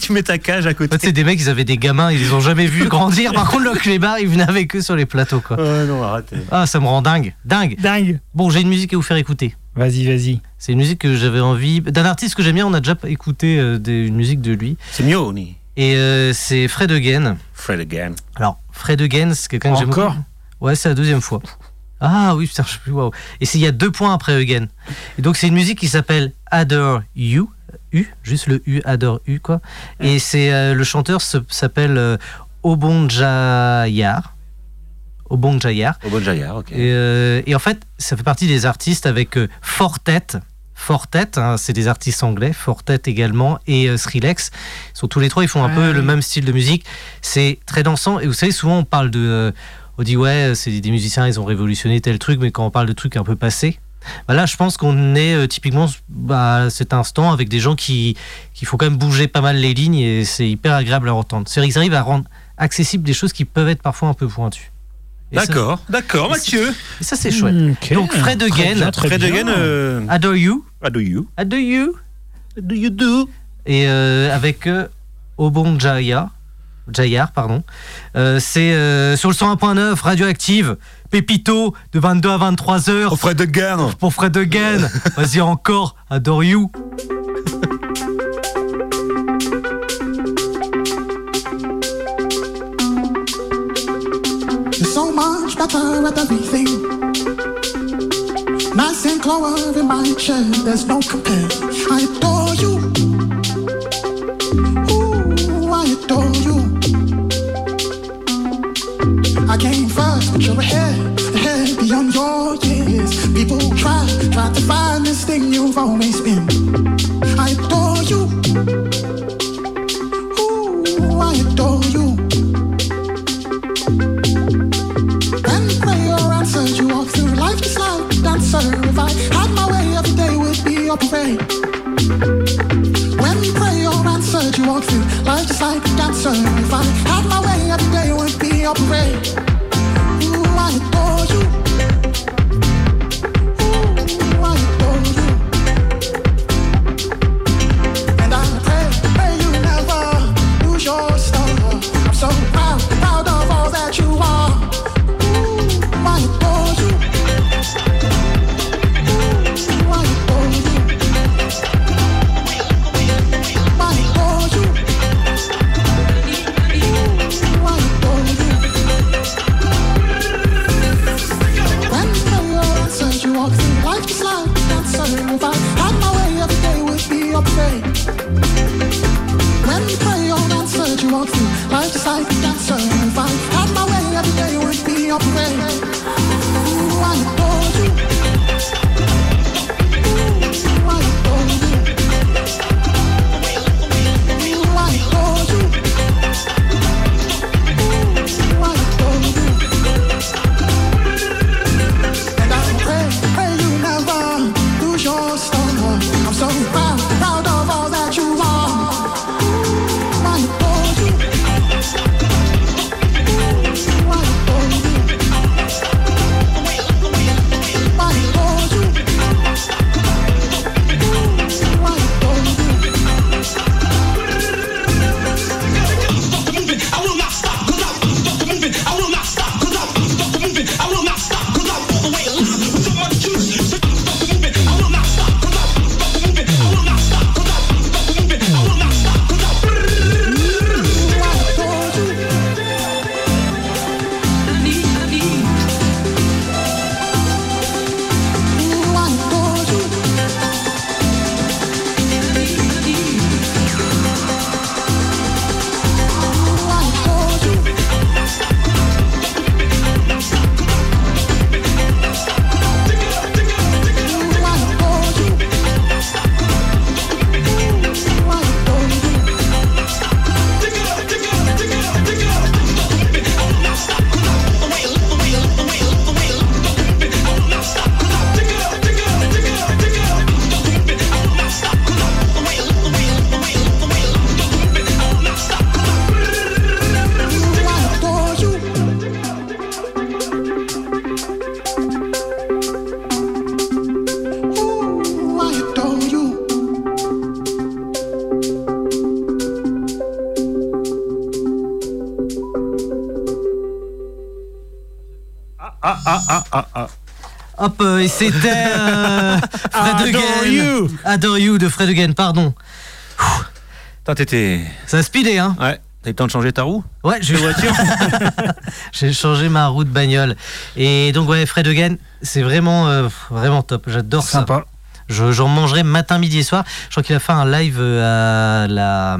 tu mets ta cage à côté.
Ouais, tu sais, des mecs, ils avaient des gamins, ils les ont jamais vus grandir. Par contre, le clébard, il venait avec eux sur les plateaux, quoi.
Ouais, non, arrête.
Ah, ça me rend dingue. Dingue.
Dingue.
Bon, j'ai une musique à vous faire écouter.
Vas-y, vas-y.
C'est une musique que j'avais envie. D'un artiste que j'aime bien, on a déjà écouté euh, des- une musique de lui.
C'est mieux, on est
Et euh, c'est Fred Again.
Fred again.
Alors, Fred Again, c'est quelqu'un que j'aime
Encore
beaucoup. Ouais, c'est la deuxième fois. Ah oui, putain, je sais plus. Waouh. Et c'est- il y a deux points après Again. Et donc, c'est une musique qui s'appelle Adore You. U, juste le U, Adore U, quoi. Et c'est euh, le chanteur se- s'appelle euh, Obonjayar. Obonjayar.
Au bon Jaillard, ok.
Et, euh, et en fait, ça fait partie des artistes avec euh, Fortet. Fortet, hein, c'est des artistes anglais, Fortet également, et euh, Skrillex. Ils sont tous les trois, ils font un
Ouais.
peu le même style de musique. C'est très dansant. Et vous savez, souvent on parle de. euh, on dit, ouais, c'est des musiciens, ils ont révolutionné tel truc, mais quand on parle de trucs un peu passés. bah là, je pense qu'on est euh, typiquement bah, à cet instant avec des gens qui, qui font quand même bouger pas mal les lignes et c'est hyper agréable à entendre. C'est-à-dire qu'ils arrivent à rendre accessibles des choses qui peuvent être parfois un peu pointues. Et ça-
D'accord, d'accord, Mathieu.
et ça, c'est chouette.
Ok.
Donc, Fred
Très
Again.
bien, très
Fred
bien.
again. euh,
Adore You.
What do you?
Adore You.
What do you do?
Et euh, avec euh, Obon Jaya. Jayar, pardon. Euh, c'est euh, sur le 101.9, Radioactive, Pépito, de 22 à 23 heures.
Oh, Fred again.
Pour Fred Again. Vas-y encore, Adore You.
It's so much better at everything. Nice and clover in my chair, there's no compare. I adore you. Ooh, I adore you. I came first, but you're ahead, ahead beyond your years. People try, try to find this thing you've always been. I adore you. Ooh, I adore you. And player answers you walk through life just like a dancer. If I had my way, every day would be a parade. When prayer answers you walk through life just like a dancer. If I had my way, every day would be a parade. Ooh, I adore you. Ooh, I adore you. And I pray, pray you never lose your star. I'm so proud, proud of all that you are. Thank you
ah, ah, ah, ah, ah.
Hop, euh, et c'était euh, Fred
Adore
Again.
You.
Adore You de Fred Again, pardon.
Putain, t'étais.
Ça a speedé, hein
Ouais. T'as eu le temps de changer ta roue
Ouais, j'ai J'ai changé ma roue de bagnole. Et donc, ouais, Fred Again, c'est vraiment, euh, vraiment top. J'adore ça.
Sympa.
Je- J'en mangerai matin, midi et soir. Je crois qu'il a fait un live euh, à la,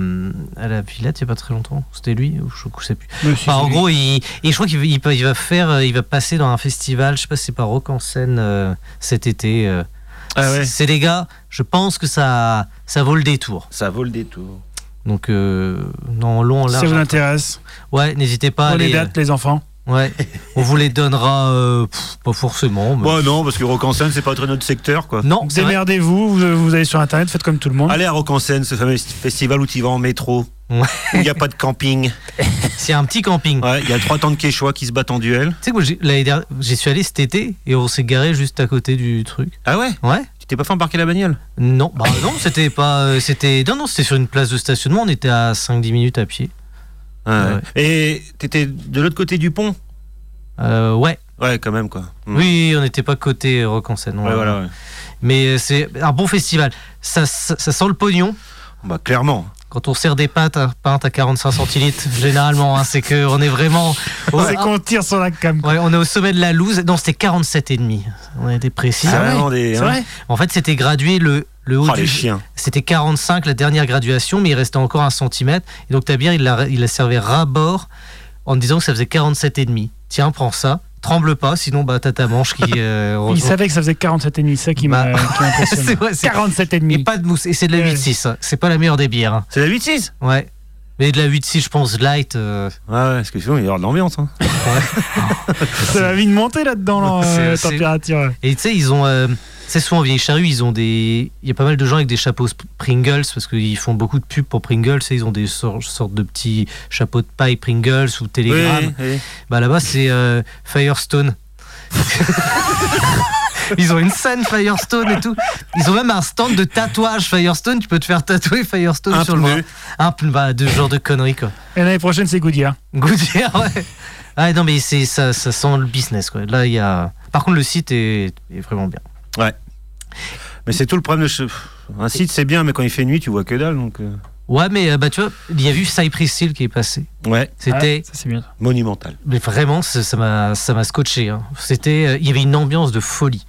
à la Villette il n'y a pas très longtemps. C'était lui ou Je ne sais plus. Enfin, en gros, il, et je crois qu'il va- il va- il va faire, euh, il va passer dans un festival, je sais pas si c'est par Rock en scène euh, cet été. euh.
Ah ouais.
C'est des gars, je pense que ça, ça vaut le détour.
Ça vaut le détour.
Donc, euh, non, long, en
Si ça vous
large.
intéresse.
Ouais, n'hésitez pas. à
Pour les
aller,
dates, les enfants.
euh, ouais, on vous les donnera euh, pff, pas forcément. mais-
Bah non, parce que rock en scène, c'est pas très notre secteur, quoi.
Non, c'est vrai.
Démerdez-vous, vous, vous allez sur Internet, faites comme tout le monde.
Allez à Rock en scène, ce fameux festival où tu vas en métro.
Ouais.
Il n'y a pas de camping.
c'est un petit camping.
Ouais, il y a trois temps de Quechua qui se battent en duel.
Tu sais que moi, j'ai- l'année dernière, j'y suis allé cet été et on s'est garé juste à côté du truc.
Ah ouais
Ouais.
Tu t'es pas fait embarquer la bagnole
Non, bah non, c'était pas, euh, c'était, non, non, c'était sur une place de stationnement. On était à 5-10 minutes à pied.
Ah
Ouais.
ouais. Et t'étais de l'autre côté du pont
Euh, ouais.
Ouais, quand même, quoi. Mm.
Oui, on n'était pas côté rock en scène.
Ouais,
ouais.
voilà. ouais.
Mais euh, c'est un bon festival. Ça, ça, ça sent le pognon.
Bah, clairement.
Quand on sert des pâtes à, peintes à 45 centilitres, généralement, hein, c'est que on est vraiment.
C'est
Ouais,
qu'on tire sur la cam.
ouais, on est au sommet de la loose. Non, c'était 47,5. On était précis. Ah
C'est vraiment des.
C'est
hein.
vrai
En fait, c'était gradué le, le haut
Oh, les
du,
chiens.
C'était 45 la dernière graduation, mais il restait encore un centimètre. Et donc ta bière, il la, il la servait ras-bord en te disant que ça faisait 47,5. Tiens, prends ça. Tremble pas, sinon bah, t'as ta manche qui... euh,
Il
retombe.
savait que ça faisait 47,5, ça qui m'a
Bah.
qui m'impressionne.
C'est vrai, c'est- Et
47,5.
pas de mousse. Et c'est de la
Ouais.
8,6. hein. C'est pas la meilleure des bières. hein.
C'est la 8-6
Ouais. Mais de la 8,6, je pense, light. euh,
Ouais, ouais, parce que sinon, il y aura de l'ambiance. hein.
Ça va vite monter là-dedans,
C'est-
la
Bah, c'est-
température.
Et tu sais, ils ont... euh, C'est souvent en vieille charrue, ils ont des. Il y a pas mal de gens avec des chapeaux Sp- Pringles parce qu'ils font beaucoup de pubs pour Pringles. et Ils ont des sor- sortes de petits chapeaux de paille Pringles ou Telegram.
Oui, oui.
Bah là-bas, c'est euh, Firestone. Ils ont une scène Firestone et tout. Ils ont même un stand de tatouage Firestone. Tu peux te faire tatouer Firestone
Un
sur le bras.
pneu.
Un pneu, bah, deux genres de conneries quoi.
Et l'année prochaine, c'est Goodyear.
Goodyear, ouais. Ah non, mais c'est ça, ça sent le business quoi. Là, il y a. Par contre, le site est, est vraiment bien.
Mais c'est tout le problème de. ce- Un site, c'est bien, mais quand il fait nuit, tu vois que dalle. Donc, euh,
Ouais, mais euh, bah tu vois, il y a eu Cypress Hill qui est passé.
Ouais,
C'était
Ah,
Ça, c'est bien.
monumental.
Mais vraiment, ça ça m'a ça m'a scotché. hein. C'était, euh, il y avait une ambiance de folie.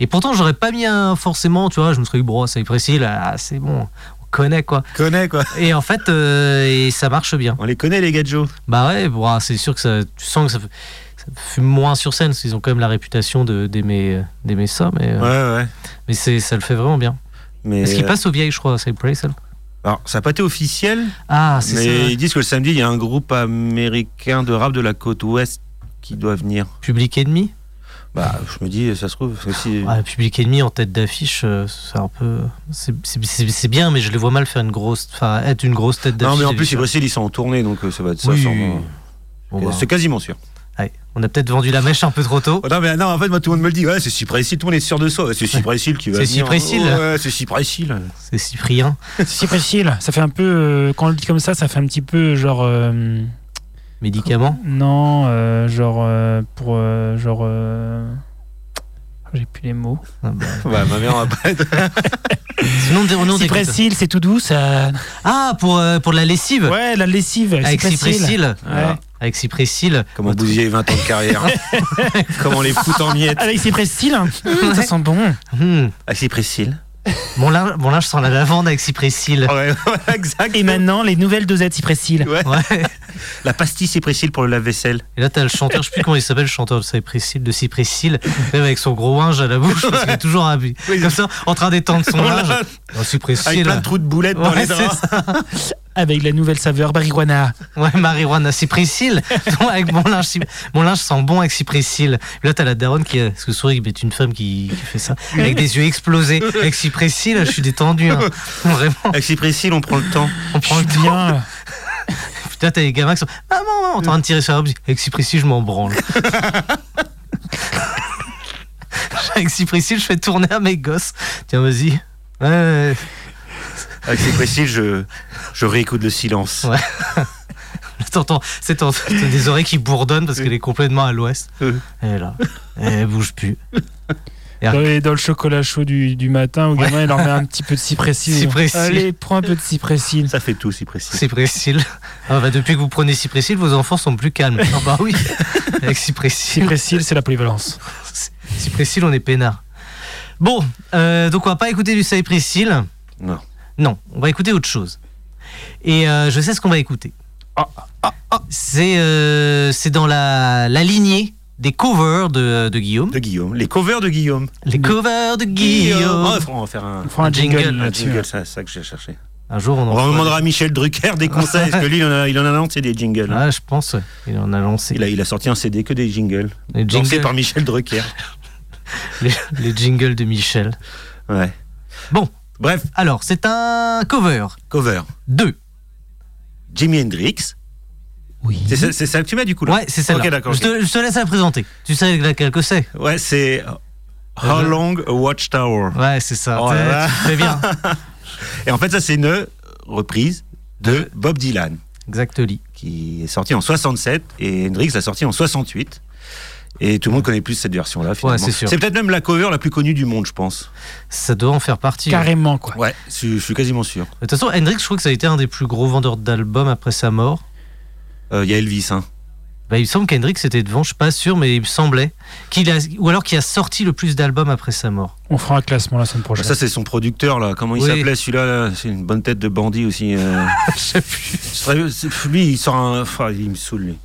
Et pourtant, j'aurais pas mis un forcément, tu vois, je me serais dit, bon, c'est précis, là, c'est bon, on connaît quoi.
Connais, quoi.
Et en fait, euh, et ça marche bien.
On les connaît, les gars de Joe.
Bah ouais, bon, ah, c'est sûr que ça, tu sens que ça, ça fume moins sur scène, parce qu'ils ont quand même la réputation de- d'aimer euh, d'aimer ça, mais, euh,
Ouais, ouais.
mais c'est ça le fait vraiment bien.
Mais.
Parce qu'ils
euh,
passent aux vieilles, je crois, c'est Price.
Alors, ça n'a pas été officiel,
Ah, c'est
mais
ça,
ils disent que le samedi, il y a un groupe américain de rap de la côte ouest qui doit venir.
Public Ennemi.
Bah, je me dis, ça se trouve, parce que si-
Ah, Public Ennemi en tête d'affiche, euh, c'est un peu. C'est c'est- c'est- c'est bien, mais je les vois mal faire une grosse. Enfin, être une grosse tête d'affiche.
non, mais en
c'est
plus, les
bizarre.
Bruxelles, ils sont en tournée, donc euh, ça va être ça.
Oui,
sûrement.
oui, oui. Bon, bah,
C'est quasiment sûr.
allez, on a peut-être vendu la mèche un peu trop tôt.
Oh, non, mais non, en fait, moi, tout le monde me le dit, ouais, c'est Cypress Hill, tout le monde est sûr de soi. Ouais, C'est Cypress Hill qui va
C'est
venir.
Cypress Hill.
Ouais, c'est Cypress Hill.
C'est Cyprien.
C'est facile. Ça fait un peu. euh, quand on le dit comme ça, ça fait un petit peu genre. euh,
Médicament.
non, euh, genre. euh, pour. euh, genre. euh, j'ai plus les mots.
Ah, bah,
Bah, ma mère, on va pas être-
Sinon, on- on- on
Cypress
écoute.
Hill, c'est tout doux, ça.
Ah, pour, euh, pour de la lessive.
Ouais, la lessive. euh,
Avec
Cypress Hill.
Cypressil.
Ouais.
Avec Cypressil.
Comment bousiller 20 ans de carrière. hein. Comment les foutre en miettes.
Avec Cypress Hill, hum, ça
Ouais.
sent bon.
Hmm.
Ah, Cypress Hill.
Mon, linge, mon linge sent la lavande avec Cypressil.
Ouais, voilà, exact.
Et maintenant, les nouvelles dosettes Cypress Hill.
Ouais.
Ouais.
La pastille Cypress Hill pour le lave-vaisselle.
Et là, t'as le chanteur, je sais plus comment il s'appelle, le chanteur de Cypressil, de Cypressil, même avec son gros linge à la bouche, parce qu'il est toujours habillé.
Oui.
Comme ça, en train d'étendre son linge. Oh,
Avec
Cypressil.
plein de trous de boulettes dans
Ouais,
les draps.
c'est ça.
Avec la nouvelle saveur marijuana.
Ouais, marijuana, cypressil. Donc, avec mon linge, cyp- mon linge sent bon avec cypressil. Là, t'as la daronne qui, a- parce que sourire, mais une femme qui, qui fait ça, avec des yeux explosés, avec cypressil. Là, je suis détendu, hein. vraiment.
Avec Cypress Hill, on prend le temps.
On prend le
Je suis
temps.
bien.
Putain, t'as les gamins qui sont, maman, maman, en train de tirer sur la bouche. Avec cypressil, je m'en branle. avec cypressil, je fais tourner à mes gosses. Tiens, vas-y. Ouais, ouais,
Avec Cypress Hill, je, je réécoute le silence.
Ouais. T'entends, c'est ton- t'as des oreilles qui bourdonnent parce qu'elle est complètement à l'ouest.
Oui.
Et là, elle bouge plus.
Dans, les- dans le chocolat chaud du, du matin, au gamin, il en met un petit peu de cypressile.
Cypressile.
Allez, prends un peu de cypressile.
Ça fait tout, si précis.
Cypressil. Ah bah depuis que vous prenez Cypressil, vos enfants sont plus calmes. Ah bah oui, avec Cypressil.
Cypressile, c'est la polyvalence.
Cypressil, on est peinard. Bon, euh, donc on va pas écouter du Cypressil.
Non.
Non, on va écouter autre chose. Et euh, je sais ce qu'on va écouter.
Ah,
C'est euh, c'est dans la, la lignée des covers de, de Guillaume.
De Guillaume. Les covers de Guillaume.
Les covers de Guillaume.
Oh, on va faire un,
On fera un jingle,
Jingle,
un
là-dessus.
jingle, c'est ça que j'ai cherché.
Un jour, on en
On
fera-
demandera à Michel Drucker des conseils, parce que lui, il en a, il en a lancé des jingles.
Ah, je pense, ouais. il en a lancé.
Il a, il a sorti un CD que des jingles.
Les,
Lancé
jingles,
par Michel Drucker.
les, les jingles de Michel.
Ouais.
Bon.
Bref,
Alors, c'est un cover
cover.
2.
Jimi Hendrix.
Oui.
C'est ça- c'est ça que tu mets du coup là
Ouais, c'est celle-là.
Ok, d'accord.
je, te- je te laisse la présenter. Tu sais laquelle que c'est
Ouais, c'est How
Euh,
Long a Watchtower.
Ouais, c'est ça.
Oh
T'es-
là là.
tu fais bien.
Et en fait, ça, c'est une reprise de Bob Dylan,
Exactly.
qui est sorti en 67 et Hendrix l'a sorti en 68. Et tout le monde connaît plus cette version-là, finalement.
c'est sûr.
c'est peut-être même la cover la plus connue du monde, je pense.
Ça doit en faire partie. ouais.
Carrément, quoi.
Ouais, je, je suis quasiment sûr.
De toute façon, Hendrix, je crois que ça a été un des plus gros vendeurs d'albums après sa mort.
Euh, Il y a Elvis, hein.
Bah, il me semble qu'Hendrix était devant, je suis pas sûr, mais il me semblait. Qu'il a, ou alors qu'il a sorti le plus d'albums après sa mort.
On fera un classement la semaine
Bah,
prochaine.
Ça, c'est son producteur, là. Comment il
Oui.
s'appelait, celui-là là C'est une bonne tête de bandit aussi. euh.
Je sais plus.
C'est très- c'est- lui, il sort un. Enfin, il me saoule, lui.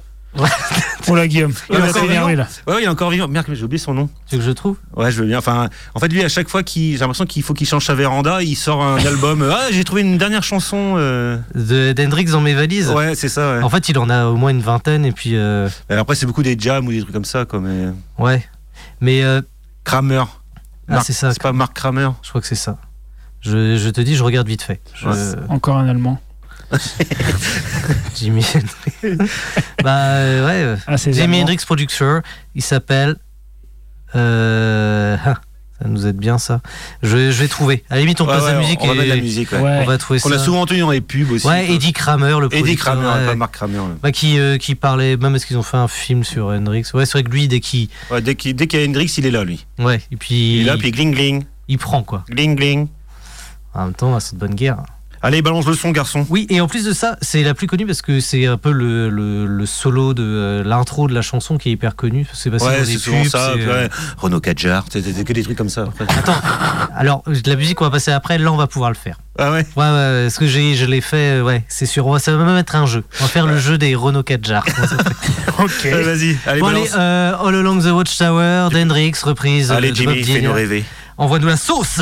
Oh là, Guillaume, il
Ouais,
va
encore
s'énerver là.
Ouais, ouais, il est encore vivant. Merde, j'ai oublié son nom.
Tu veux que je trouve
Ouais, je veux bien. Enfin, en fait, lui, à chaque fois qu'il, j'ai l'impression qu'il faut qu'il change sa véranda, il sort un album. euh, Ah, j'ai trouvé une dernière chanson. euh.
De- D'Hendrix dans mes valises
Ouais, c'est ça. ouais.
En fait, il en a au moins une vingtaine, et puis. euh,
Alors Après, c'est beaucoup des jams ou des trucs comme ça, comme euh,
ouais. Mais. euh,
Kramer.
ah,
Marc-
c'est ça.
C'est pas Marc Kramer.
Je crois que c'est ça. Je, je te dis, je regarde vite fait. Je-
Ouais.
Encore un Allemand.
Jimi Hendrix. bah euh, ouais. euh,
Ah, c'est les
Jimi
Allemands.
Hendrix Producer, il s'appelle. euh, ah, ça nous aide bien ça. Je, je vais trouver. À la limite, on
Ouais,
passe
ouais,
la musique
on va
et
mettre de la musique. ouais.
on
Ouais.
va trouver
On
ça.
l'a souvent entendu dans les pubs aussi.
ouais,
quoi.
Eddie Kramer, le producteur.
Eddie Kramer,
ouais,
pas Marc Kramer. ouais.
bah, qui, euh, qui parlait, même parce qu'ils ont fait un film sur Hendrix. Ouais, c'est vrai que lui, dès qu'il.
Ouais, dès qu'il dès qu'il y a Hendrix, il est là, lui.
Ouais, et puis.
Il est là, puis gling gling,
il prend quoi.
gling gling.
En même temps, à cette bonne guerre.
Allez, balance le son, garçon.
Oui, et en plus de ça, c'est la plus connue parce que c'est un peu le, le- le solo de euh, l'intro de la chanson qui est hyper connue. C'est passé dans
Ouais,
des
c'est souvent
pubs,
ça.
c'est,
puis,
euh,
ouais. Renaud Kadjar, c'était que des trucs comme ça. après.
Attends, alors de la musique qu'on va passer après, là on va pouvoir le faire.
Ah ouais.
Ouais, ouais, ouais, ce que j'ai, je l'ai fait, euh, ouais, c'est sûr. On va, ça va même être un jeu. On va faire le jeu des Renault 4 jars.
Ok.
Ouais, Vas-y, allez,
bon, allez,
balance.
euh, All Along the Watchtower d'Hendrix, reprise. euh,
Allez,
de Bob
Jimmy,
Dylan.
fais-nous rêver.
Envoie-nous la sauce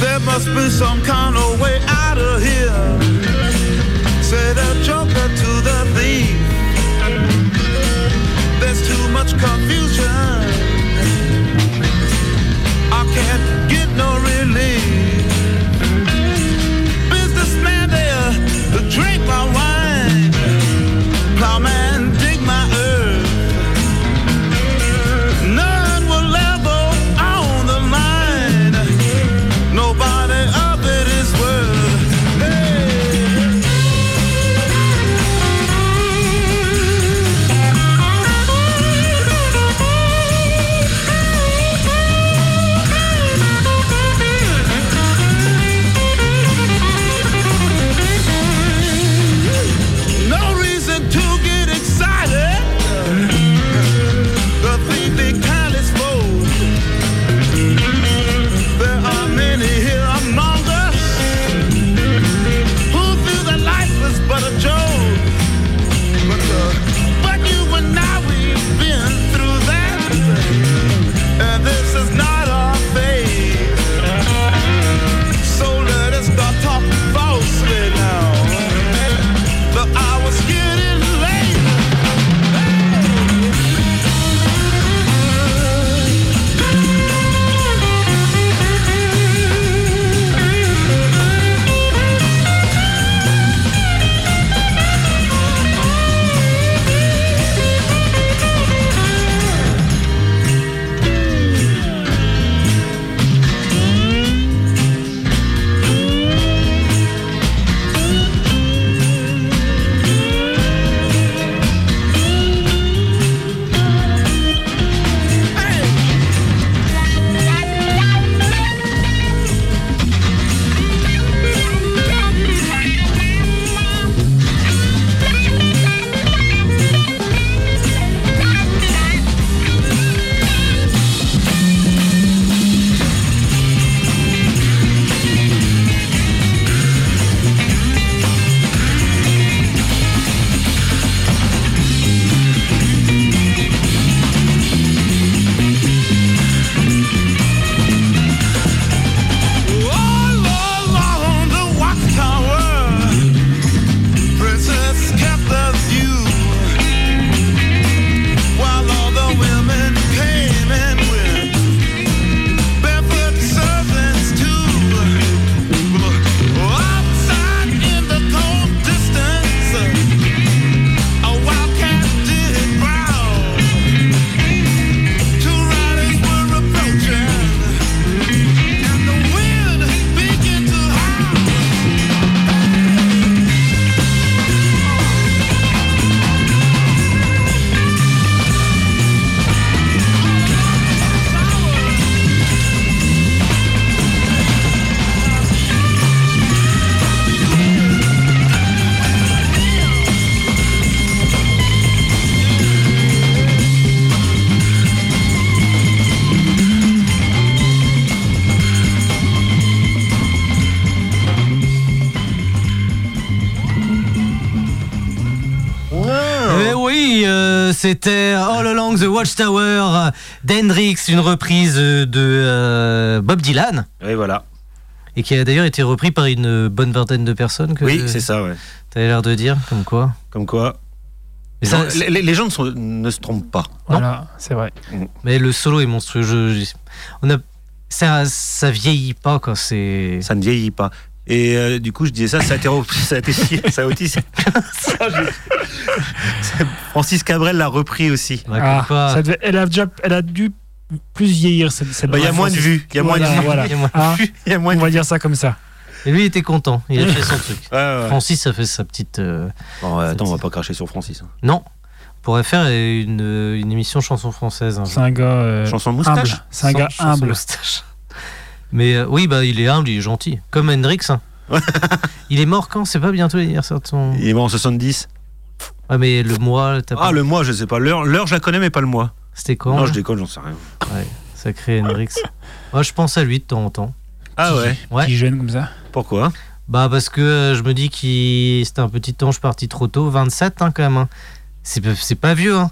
There must be some kind of way out of here. Say the joker to the thief. There's too much confusion. uh,
Oh.
Eh oui, euh, c'était All Along the Watchtower d'Hendrix, une reprise euh, de euh, Bob Dylan,
Oui, voilà.
et qui a d'ailleurs été repris par une bonne vingtaine de personnes que
Oui, c'est ça, ouais.
t'avais l'air de dire, comme quoi.
Comme quoi.
Mais,
Les
ça-
gens, les- les- les gens ne, sont- ne se trompent pas.
Voilà, c'est vrai.
mais le solo est monstrueux. je- je- on a, ça, ça vieillit pas quand c'est.
Ça ne vieillit pas. Et euh, du coup, je disais ça, ça a été, re- ça a été chié, ça a aussi- ça, je- Francis Cabrel l'a repris aussi.
on raconte pas.
Ah, ça devait- elle, a déjà- elle a dû plus vieillir cette, cette
Bah, Il y a
bande
moins de
annonce.
vues. Il y a moins de
Voilà,
vues.
voilà.
Il y a moins
Hein
Il y a moins
on
de vues.
va dire ça comme ça.
Et lui il était content, il a fait son truc.
Ouais, ouais.
Francis a fait sa petite. euh,
Bon, euh, attends, on va pas cracher sur Francis. hein.
Non, on pourrait faire une, euh, une émission chanson française. un jour.
C'est un gars euh,
Chanson de moustache.
humble. C'est un
Sans
gars
chanson
humble.
moustache. Mais euh, oui, bah il est humble, il est gentil, comme Hendrix. hein. il est mort quand C'est pas bientôt l'anniversaire de son.
Il est mort en 70.
Ah mais le mois, t'as pas-
Ah, le mois, je sais pas. L'heure, l'heure, je la connais, mais pas le mois.
C'était quand
Non,
là
je déconne, j'en sais rien.
Sacré Hendrix. Moi, je pense à lui de temps en temps.
Ah ouais
Ouais.
Petit jeune comme ça.
Pourquoi
Bah parce que euh, je me dis qu'il c'était un petit ange parti trop tôt, 27 hein, quand même. hein. C'est pas- c'est pas vieux. Hein.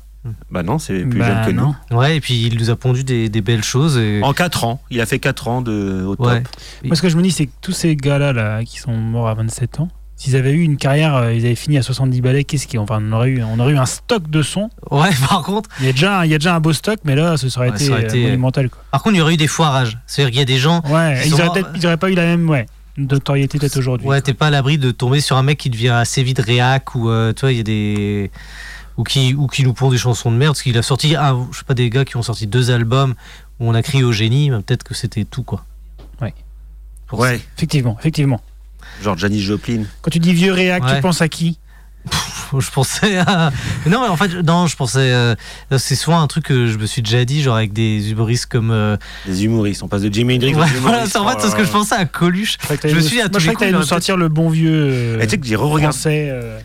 Bah non, c'est plus
Bah,
jeune que
non.
nous.
Ouais, et puis il nous a pondu des, des belles choses. Et...
En 4 ans. Il a fait 4 ans de, au Oh, top.
Ouais.
Moi, ce que je me dis, c'est que tous ces gars-là là, qui sont morts à 27 ans, s'ils avaient eu une carrière, euh, ils avaient fini à 70 balais, qu'est-ce qui. Enfin, on aurait, eu, on aurait eu un stock de sons.
Ouais, par contre,
Il y a déjà, un- il y a déjà un beau stock, mais là, ce serait
Ouais,
été,
ça aurait
euh,
été-
monumental. Quoi.
par contre, il y aurait eu des foirages. C'est-à-dire qu'il y a des gens.
Ouais,
Ils
ils
sont
n'auraient
morts-
pas eu la même ouais, notoriété peut-être aujourd'hui.
Ouais, t'es pas à l'abri de tomber sur un mec qui devient assez vite réac ou euh, tu vois, il y a des ou qui ou qui nous pond des chansons de merde parce qu'il a sorti un, je sais pas des gars qui ont sorti deux albums où on a crié au génie, mais peut-être que c'était tout quoi.
Ouais.
Pour
Ouais,
Effectivement, effectivement.
genre Janis Joplin.
Quand tu dis vieux réac,
Ouais.
tu penses à qui
Je pensais à. Non, mais en fait, non, je pensais. euh, c'est souvent un truc que je me suis déjà dit, genre avec des humoristes comme. euh,
Des humoristes. On passe de Jimi Hendrix
ouais,
à des
voilà,
humoristes.
c'est en fait
Oh
c'est ce
là
que
là.
je pensais à Coluche.
Je
Je me suis dit, à
Moi,
tous
je
les
croyais que t'allais
coups,
nous
il aurait
sortir le bon vieux euh,
Et tu sais que j'ai re-regardé.
français. euh,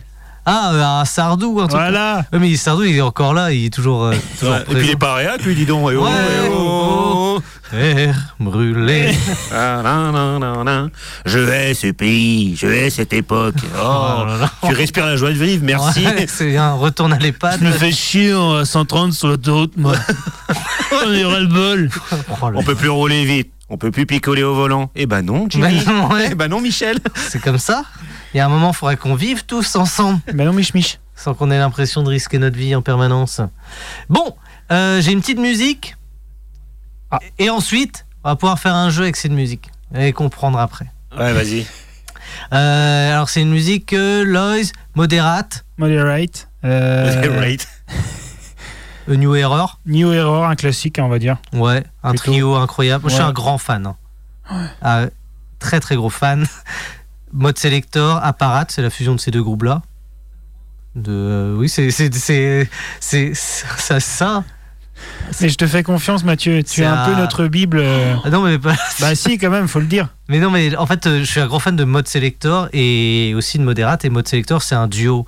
Ah, euh, un Sardou, un truc.
Voilà.
Ouais, mais Sardou, il est encore là, il est toujours. euh, toujours
Ouais, Et puis il est pas réac, lui, dis donc. Eh oh,
Ouais,
eh oh,
présent. Terre brûlée.
Ah, nan, nan, nan, nan. Je hais ce pays, je hais cette époque.
Oh
Oh,
là là.
tu respires la joie de vivre, merci.
Ouais, c'est un retourne à l'EHPAD.
fais chier
euh,
à 130 sur l'autoroute, moi. On est le bol.
Oh, le-
On peut plus rouler vite, on peut plus picoler au volant. Eh ben non,
Bah
Jimmy.
non, ouais,
Eh ben non, Michel.
c'est comme ça. Il y a un moment, il faudrait qu'on vive tous ensemble,
Bah non, Mich Mich.
sans qu'on ait l'impression de risquer notre vie en permanence. Bon, euh, j'ai une petite musique.
Ah.
Et ensuite, on va pouvoir faire un jeu avec cette musique. Et comprendre après.
Ouais, vas-y.
Euh, alors, c'est une musique que Lois modérate,
Moderate. euh,
Eh, Right.
A New Error.
New Error, un classique, hein, on va dire.
Ouais, un
Plutôt.
trio incroyable. Moi, Je suis
Ouais.
un grand fan. hein. Ah, très très gros fan. Mode Selector, Apparat, c'est la fusion de ces deux groupes-là. De, euh, oui, c'est c'est c'est c'est ça ça.
Mais je te fais confiance, Mathieu. Tu
C'est
es un
un-
peu notre Bible. euh.
Ah non mais pas-
Bah si, quand même, faut le dire.
mais non mais en fait euh, je suis un grand fan de Mode Selector et aussi de Moderat et Mode Selector c'est un duo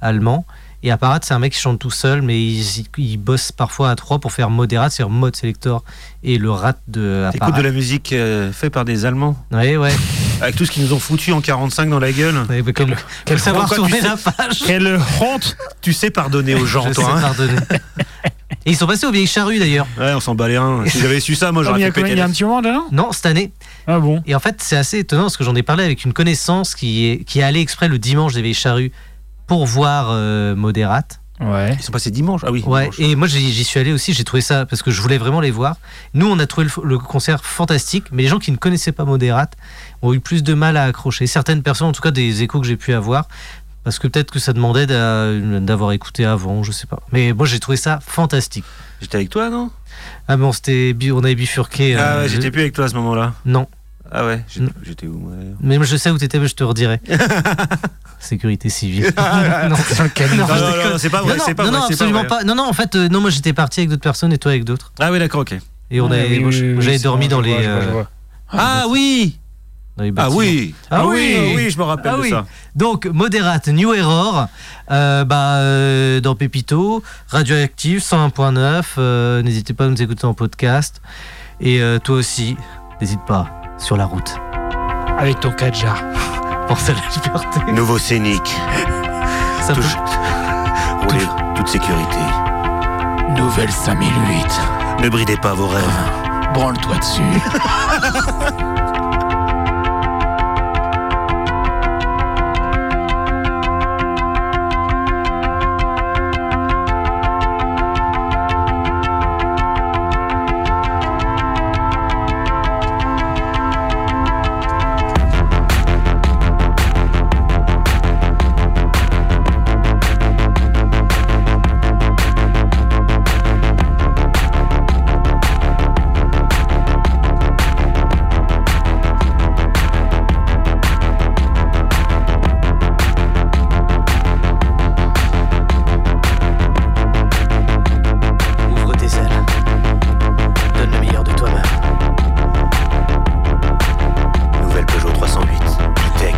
allemand et Apparat c'est un mec qui chante tout seul mais ils, ils bossent parfois à trois pour faire Moderat c'est-à-dire Mode Selector et le rat de Apparat.
T'écoutes de la musique euh, faite par des Allemands,
Ouais ouais.
avec tout ce qu'ils nous ont foutu en 45 dans la gueule.
Ouais, mais comme, comme savoir
pourquoi tu
tourner
sais-
la page.
Quelle honte
Tu sais pardonner aux gens,
Je
toi.
sais
hein.
pardonner. Et ils sont passés aux vieilles charrues d'ailleurs.
Ouais, on s'en bat les reins. Si j'avais su ça, moi,
Comme Il y
j'aurais
a
pu péter.
combien- il y a
la-
un petit moment, là non
Non, cette année.
Ah bon
Et en fait, c'est assez étonnant parce que j'en ai parlé avec une connaissance qui est, qui est allée exprès le dimanche des vieilles charrues pour voir euh, Modérate.
Ouais.
Ils sont passés dimanche. Ah oui.
Ouais,
dimanche.
et moi j'y j'y suis allé aussi, j'ai trouvé ça parce que je voulais vraiment les voir. Nous, on a trouvé le, f- le concert fantastique, mais les gens qui ne connaissaient pas Modérate ont eu plus de mal à accrocher. Certaines personnes, en tout cas des échos que j'ai pu avoir, parce que peut-être que ça demandait d'a- d'avoir écouté avant, je sais pas. Mais moi j'ai trouvé ça fantastique.
J'étais avec toi, non
Ah mais on s'était bi- on avait bifurqué.
Ah
euh,
ouais, j'étais plus avec toi à ce moment-là.
Non,
Ah ouais, j'étais-
Non.
j'étais où moi, d'ailleurs
mais je sais où t'étais, mais je te redirai. Sécurité civile.
Ah,
non, non,
Non,
je
non,
déconne.
non, c'est pas
Non,
vrai,
non,
c'est pas
non,
vrai,
non,
c'est pas
absolument
vrai.
pas. Non, non, en fait, euh, non, moi j'étais parti avec d'autres personnes et toi avec d'autres.
Ah oui, d'accord, ok.
Et on
Ah,
avait,
oui,
moi,
oui,
je-
oui,
j'avais
c'est
dormi
bon,
dans
je
les,
vois, je vois, je
euh,
vois.
Ah oui
dans les
Ah
bâtiments.
oui
Ah oui.
ah oui, je me rappelle
Ah
de
oui.
ça.
Donc Moderate, New Error, euh, bah, euh, dans Pépito, Radioactive 101.9. euh, N'hésitez pas à nous écouter en podcast. Et euh, toi aussi, n'hésite pas sur la route.
Avec ton Kadjar.
Pense à la liberté.
Nouveau scénique.
Ça peut-
Touche-
roulez toute sécurité.
Nouvelle 5008.
Ne bridez pas vos rêves.
Branle-toi dessus.
Ouvre tes ailes. Donne le meilleur de toi-même.
Nouvelle Peugeot 308, E-Tech.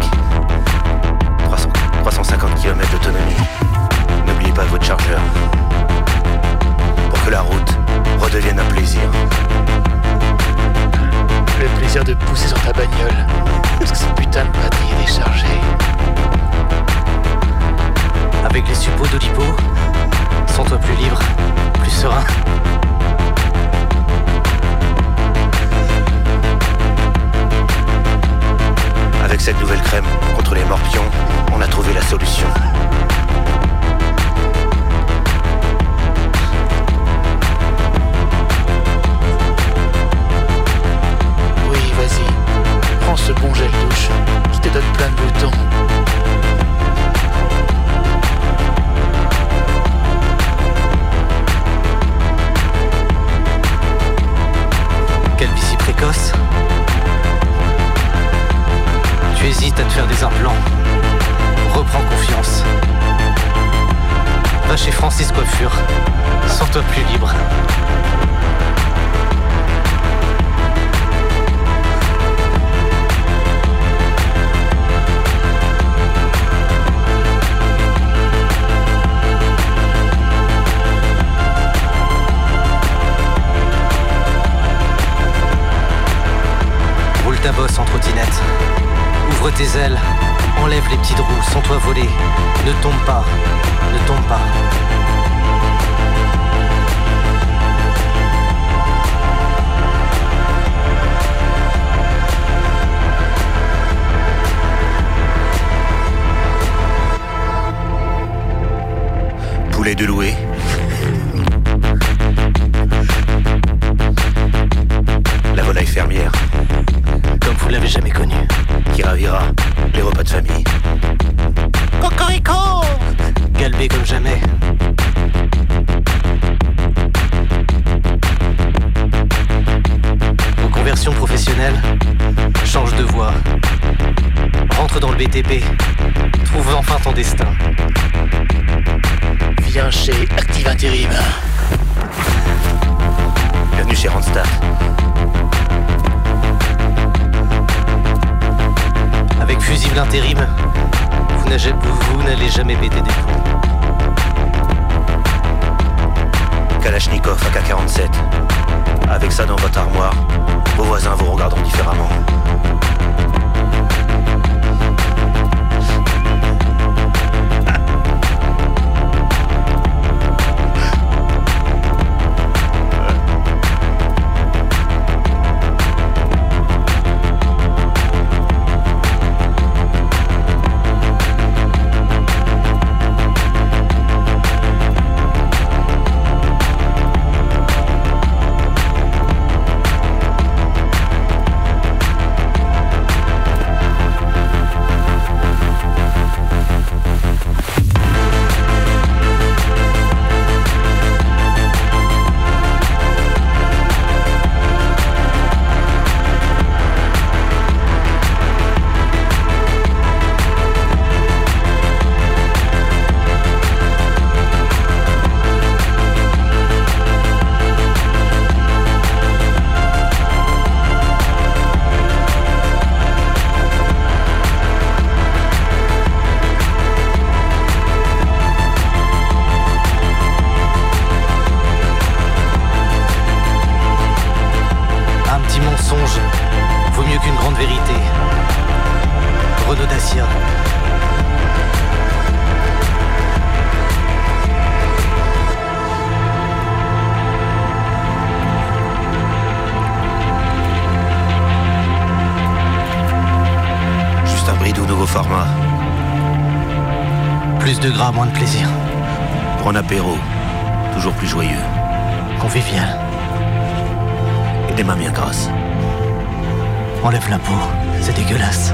300 350 km d'autonomie. N'oubliez pas votre chargeur. Pour que la route redevienne un plaisir.
Le plaisir de pousser sur ta bagnole. Parce que cette putain de batterie est déchargée.
Avec les suppôts d'Olipo, sens-toi plus libre, plus serein.
Avec cette nouvelle crème contre les morpions, on a trouvé la solution.
Oui, vas-y. Prends ce bon gel douche. Je te donne plein de boutons.
Quelle vicie précoce. Tu hésites à te faire des implants. Reprends confiance. Va chez Francis Coiffure. Sens-toi plus libre. Roule ta bosse en trottinette. Ouvre tes ailes. Enlève les petites roues. Sens-toi voler. Ne tombe pas. Ne tombe pas.
Poulet de louer. La volaille fermière
Comme vous l'avez jamais connu.
qui ravira les repas de famille.
Galbé comme jamais. Aux conversions professionnelles, change de voie. Rentre dans le BTP. Trouve enfin ton destin.
Viens chez Active Intérim.
Bienvenue chez Randstad.
Avec fusible intérim, vous n'agez- vous- vous n'allez jamais péter des plombs.
Kalachnikov AK-47. Avec ça dans votre armoire, vos voisins vous regarderont différemment.
format.
Plus de gras, moins de plaisir.
Pour un apéro, toujours plus joyeux.
Convivial.
Et des mains bien grasses.
Enlève la
Ah.
peau. C'est dégueulasse.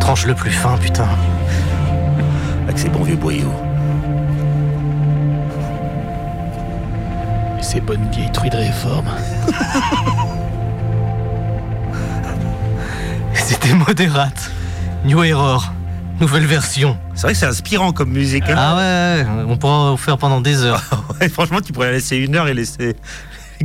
Tranche le plus fin, putain.
Avec ces bons vieux boyaux.
Et ces bonnes vieilles truies de réforme.
C'était modérate. New Error. Nouvelle version.
C'est vrai que c'est inspirant comme musique. hein.
Ah ouais, on pourra en faire pendant des heures.
Ouais, franchement, tu pourrais la laisser une heure et laisser.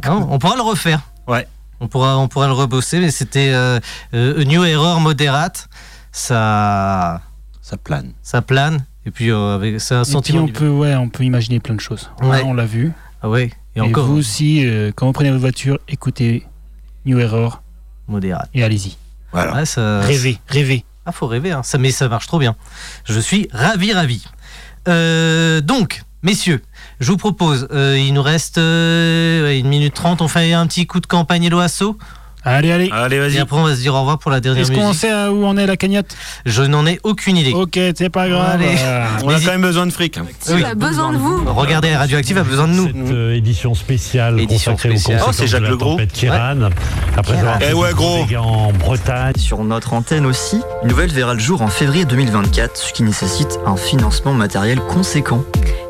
Non, on pourra le refaire.
Ouais.
On pourra, on pourra le rebosser, mais c'était euh, euh, A New Error Moderate. Ça,
Ça plane.
ça plane. Et puis, euh, avec, c'est un
Et puis
sentiment.
on peut, ouais, on peut imaginer plein de choses.
Ouais.
Hein, on l'a vu.
Ah ouais, et,
Et,
encore
vous aussi, euh, quand vous prenez votre voiture, écoutez New Error
Moderate.
et allez-y. Ah.
Voilà.
Ouais, ça-
Rêvez, rêvez.
Ah, faut rêver, hein. ça, mais ça marche trop bien. Je suis ravi, ravi. Euh, donc, messieurs, je vous propose, euh, il nous reste euh, ouais, une minute trente, on fait un petit coup de campagne Eloasso.
Allez, allez.
Allez,
Et
vas-y.
après, on va se dire au revoir pour la dernière
Est-ce qu'on Oh,
musique.
sait à où on est la cagnotte
Je n'en ai aucune idée.
Ok, c'est pas grave.
Allez.
Euh,
On a
N'hésite-
quand même besoin de fric. hein.
Oui.
On a besoin de vous.
Regardez, Radioactive a besoin de nous.
Cette euh, édition spéciale
Édition
consacrée
spéciale.
aux
Oh, c'est
conséquences
Jacques
de la
Legros.
tempête Kiran. Après avoir
Eh ouais,
fait
gros.
des dégâts en Bretagne.
Sur notre antenne aussi, une nouvelle verra le jour en février 2024, ce qui nécessite un financement matériel conséquent.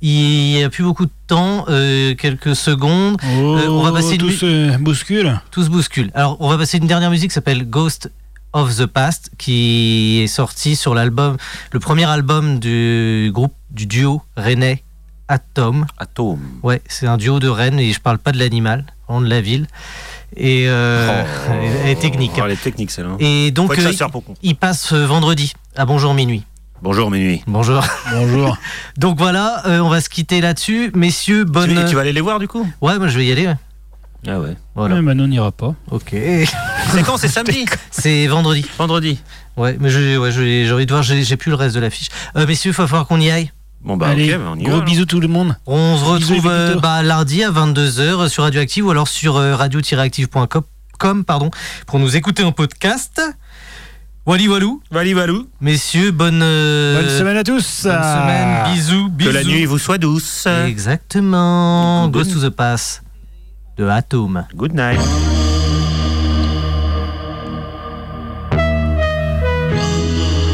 il n'y a plus beaucoup de temps, euh, quelques secondes,
oh,
Euh, on va passer une
tout
mu-
se bouscule.
tout se bouscule. Alors, on va passer une dernière musique qui s'appelle Ghost of the Past, qui est sortie sur l'album, le premier album du groupe, du duo Rennais Atom.
Atome.
Ouais, c'est un duo de Rennes, et je parle pas de l'animal, on de la ville. Et, euh, et- et technique.
Oh, les techniques, c'est là.
Et
Faut
donc,
être
euh,
chasseur pour con.
il passe euh, vendredi à Bonjour Minuit.
Bonjour, Minuit.
Bonjour.
Bonjour.
Donc voilà, euh, on va se quitter là-dessus. Messieurs,
Tu,
bonne. euh,
tu vas aller les voir du coup
Ouais, moi je vais y aller. ouais.
Ah ouais.
Voilà.
Ouais, Manon ben, n'ira pas.
Ok.
C'est quand C'est samedi
C'est vendredi.
Vendredi.
Ouais, mais je- ouais, je- j'ai envie de voir, j'ai j'ai plus le reste de l'affiche. Euh, messieurs, il va falloir qu'on y aille.
Bon bah,
allez,
ok, bah, on y
gros
va.
bisous tout le monde.
On se
Bisous,
retrouve
les
euh,
écouteurs.
bah, lundi à 22h sur Radioactive ou alors sur euh, radio-active.com com, pardon, pour nous écouter en podcast. Wali Walou,
Vali Valou.
messieurs, bonne, euh,
Bonne semaine à tous. Ah.
bonne semaine, bisous,
Que
bisous.
la nuit vous soit douce.
Exactement,
Bonne
Ghost
nuit.
to the Pass de Atom.
Good night.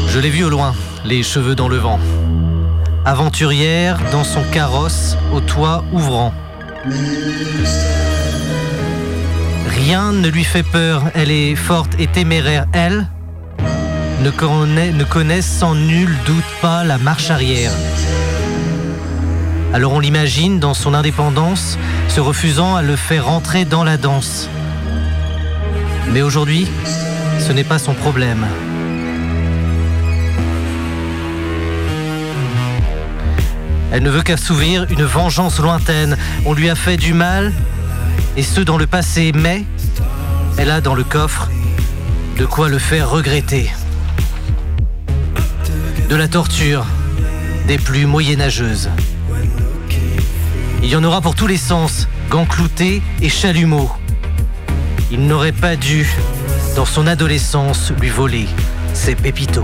Je l'ai vu au loin, les cheveux dans le vent. Aventurière dans son carrosse au toit ouvrant. Rien ne lui fait peur, elle est forte et téméraire, elle ne connaît, ne connaît sans nul doute pas la marche arrière. Alors on l'imagine dans son indépendance, se refusant à le faire rentrer dans la danse. Mais aujourd'hui, ce n'est pas son problème. Elle ne veut qu'assouvir une vengeance lointaine. On lui a fait du mal, et ce dans le passé, mais elle a dans le coffre de quoi le faire regretter. De la torture, des plus moyenâgeuses. Il y en aura pour tous les sens, gants cloutés et chalumeaux. Il n'aurait pas dû, dans son adolescence, lui voler ses pépitos.